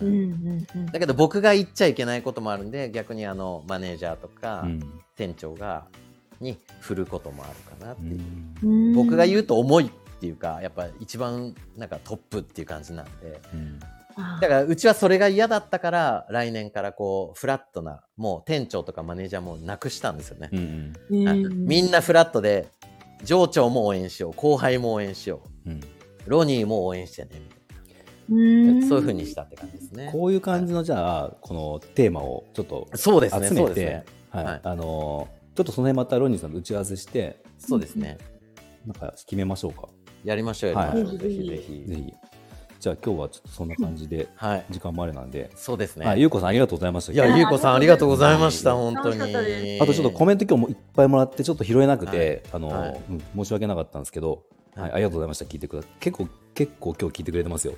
S3: うん
S1: うん
S3: うんうん。
S1: だけど僕が言っちゃいけないこともあるんで逆にあのマネージャーとか
S2: うん
S1: 店長がに振ることもあるかなっていう、
S3: うーん
S1: 僕が言うと重いっていうかやっぱ一番なんかトップっていう感じなんで
S2: うん
S3: あ
S1: だからうちはそれが嫌だったから来年からこうフラットなもう店長とかマネージャーもなくしたんですよね、
S2: うん
S1: はい
S3: ん
S1: みんなフラットで上長も応援しよう後輩も応援しよ
S2: うんうん
S1: うロニーも応援してねみたいな
S3: な
S1: そういうふうにしたって感じですね
S2: こういう感じのじゃあこのテーマをちょっと
S1: そうですね
S2: 集
S1: そ
S2: め
S1: うですね
S2: てはい
S1: はい
S2: あのーちょっとその辺またロニーさんと打ち合わせして
S1: そうですね
S2: なんか決めましょうか
S1: やりましょうよ、
S2: はい
S1: やりましょうぜ
S3: ぜ
S1: ひ
S3: ひ
S1: ぜ
S3: ぜ
S1: ひ
S2: ぜひじゃあ今日はちょっとそんな感じで
S1: はい
S2: 時間もあれなんで、
S1: そうですね、
S2: はい、ゆうこさんありがとうございました
S1: いや、
S3: や
S1: ゆうこさんありがとうございました、
S2: は
S1: 本当
S3: 楽しかったで
S1: に。
S2: あとちょっとコ
S1: メ
S2: メント今日もいっぱいもらってちょっと拾えなくて、あの、
S1: はい
S2: うん申し訳なかったんですけど、はい
S1: はい
S2: ありがとうございました聞いてくだ結構結構今日聞いてくれてますよ、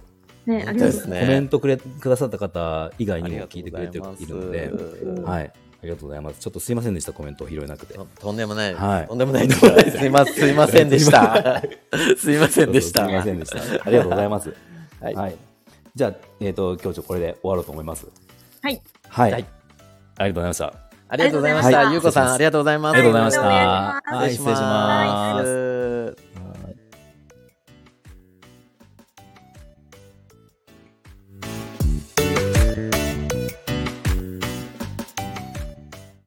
S3: ね、ありがとうございます。
S1: ね
S2: コメントくれくださった方以外にも聞いてくれて
S1: あり
S2: い
S1: がとう
S2: るの
S1: ござい
S2: で
S1: ます
S3: うん
S2: はいありがとうございますちょっとすいませんでしたコメント拾えなくて
S1: ととんでもないです、
S2: はい
S1: とんでもないです。すいません、すいませんでした。 すいませんでした。
S2: すいませんでしたありがとうございます はい、じゃあえっ、と今日ちょっとこれで終わろうと思います
S3: はい。
S2: はい、
S1: はい
S2: ありがとうございました
S1: ありがとうございまし。
S3: ありがとうございました
S1: ゆうこさん、ありがとうございま
S2: あ
S1: す。
S2: りがとうございまし
S3: お願いします
S2: た
S1: はい失礼し
S2: はい失礼します
S1: ます。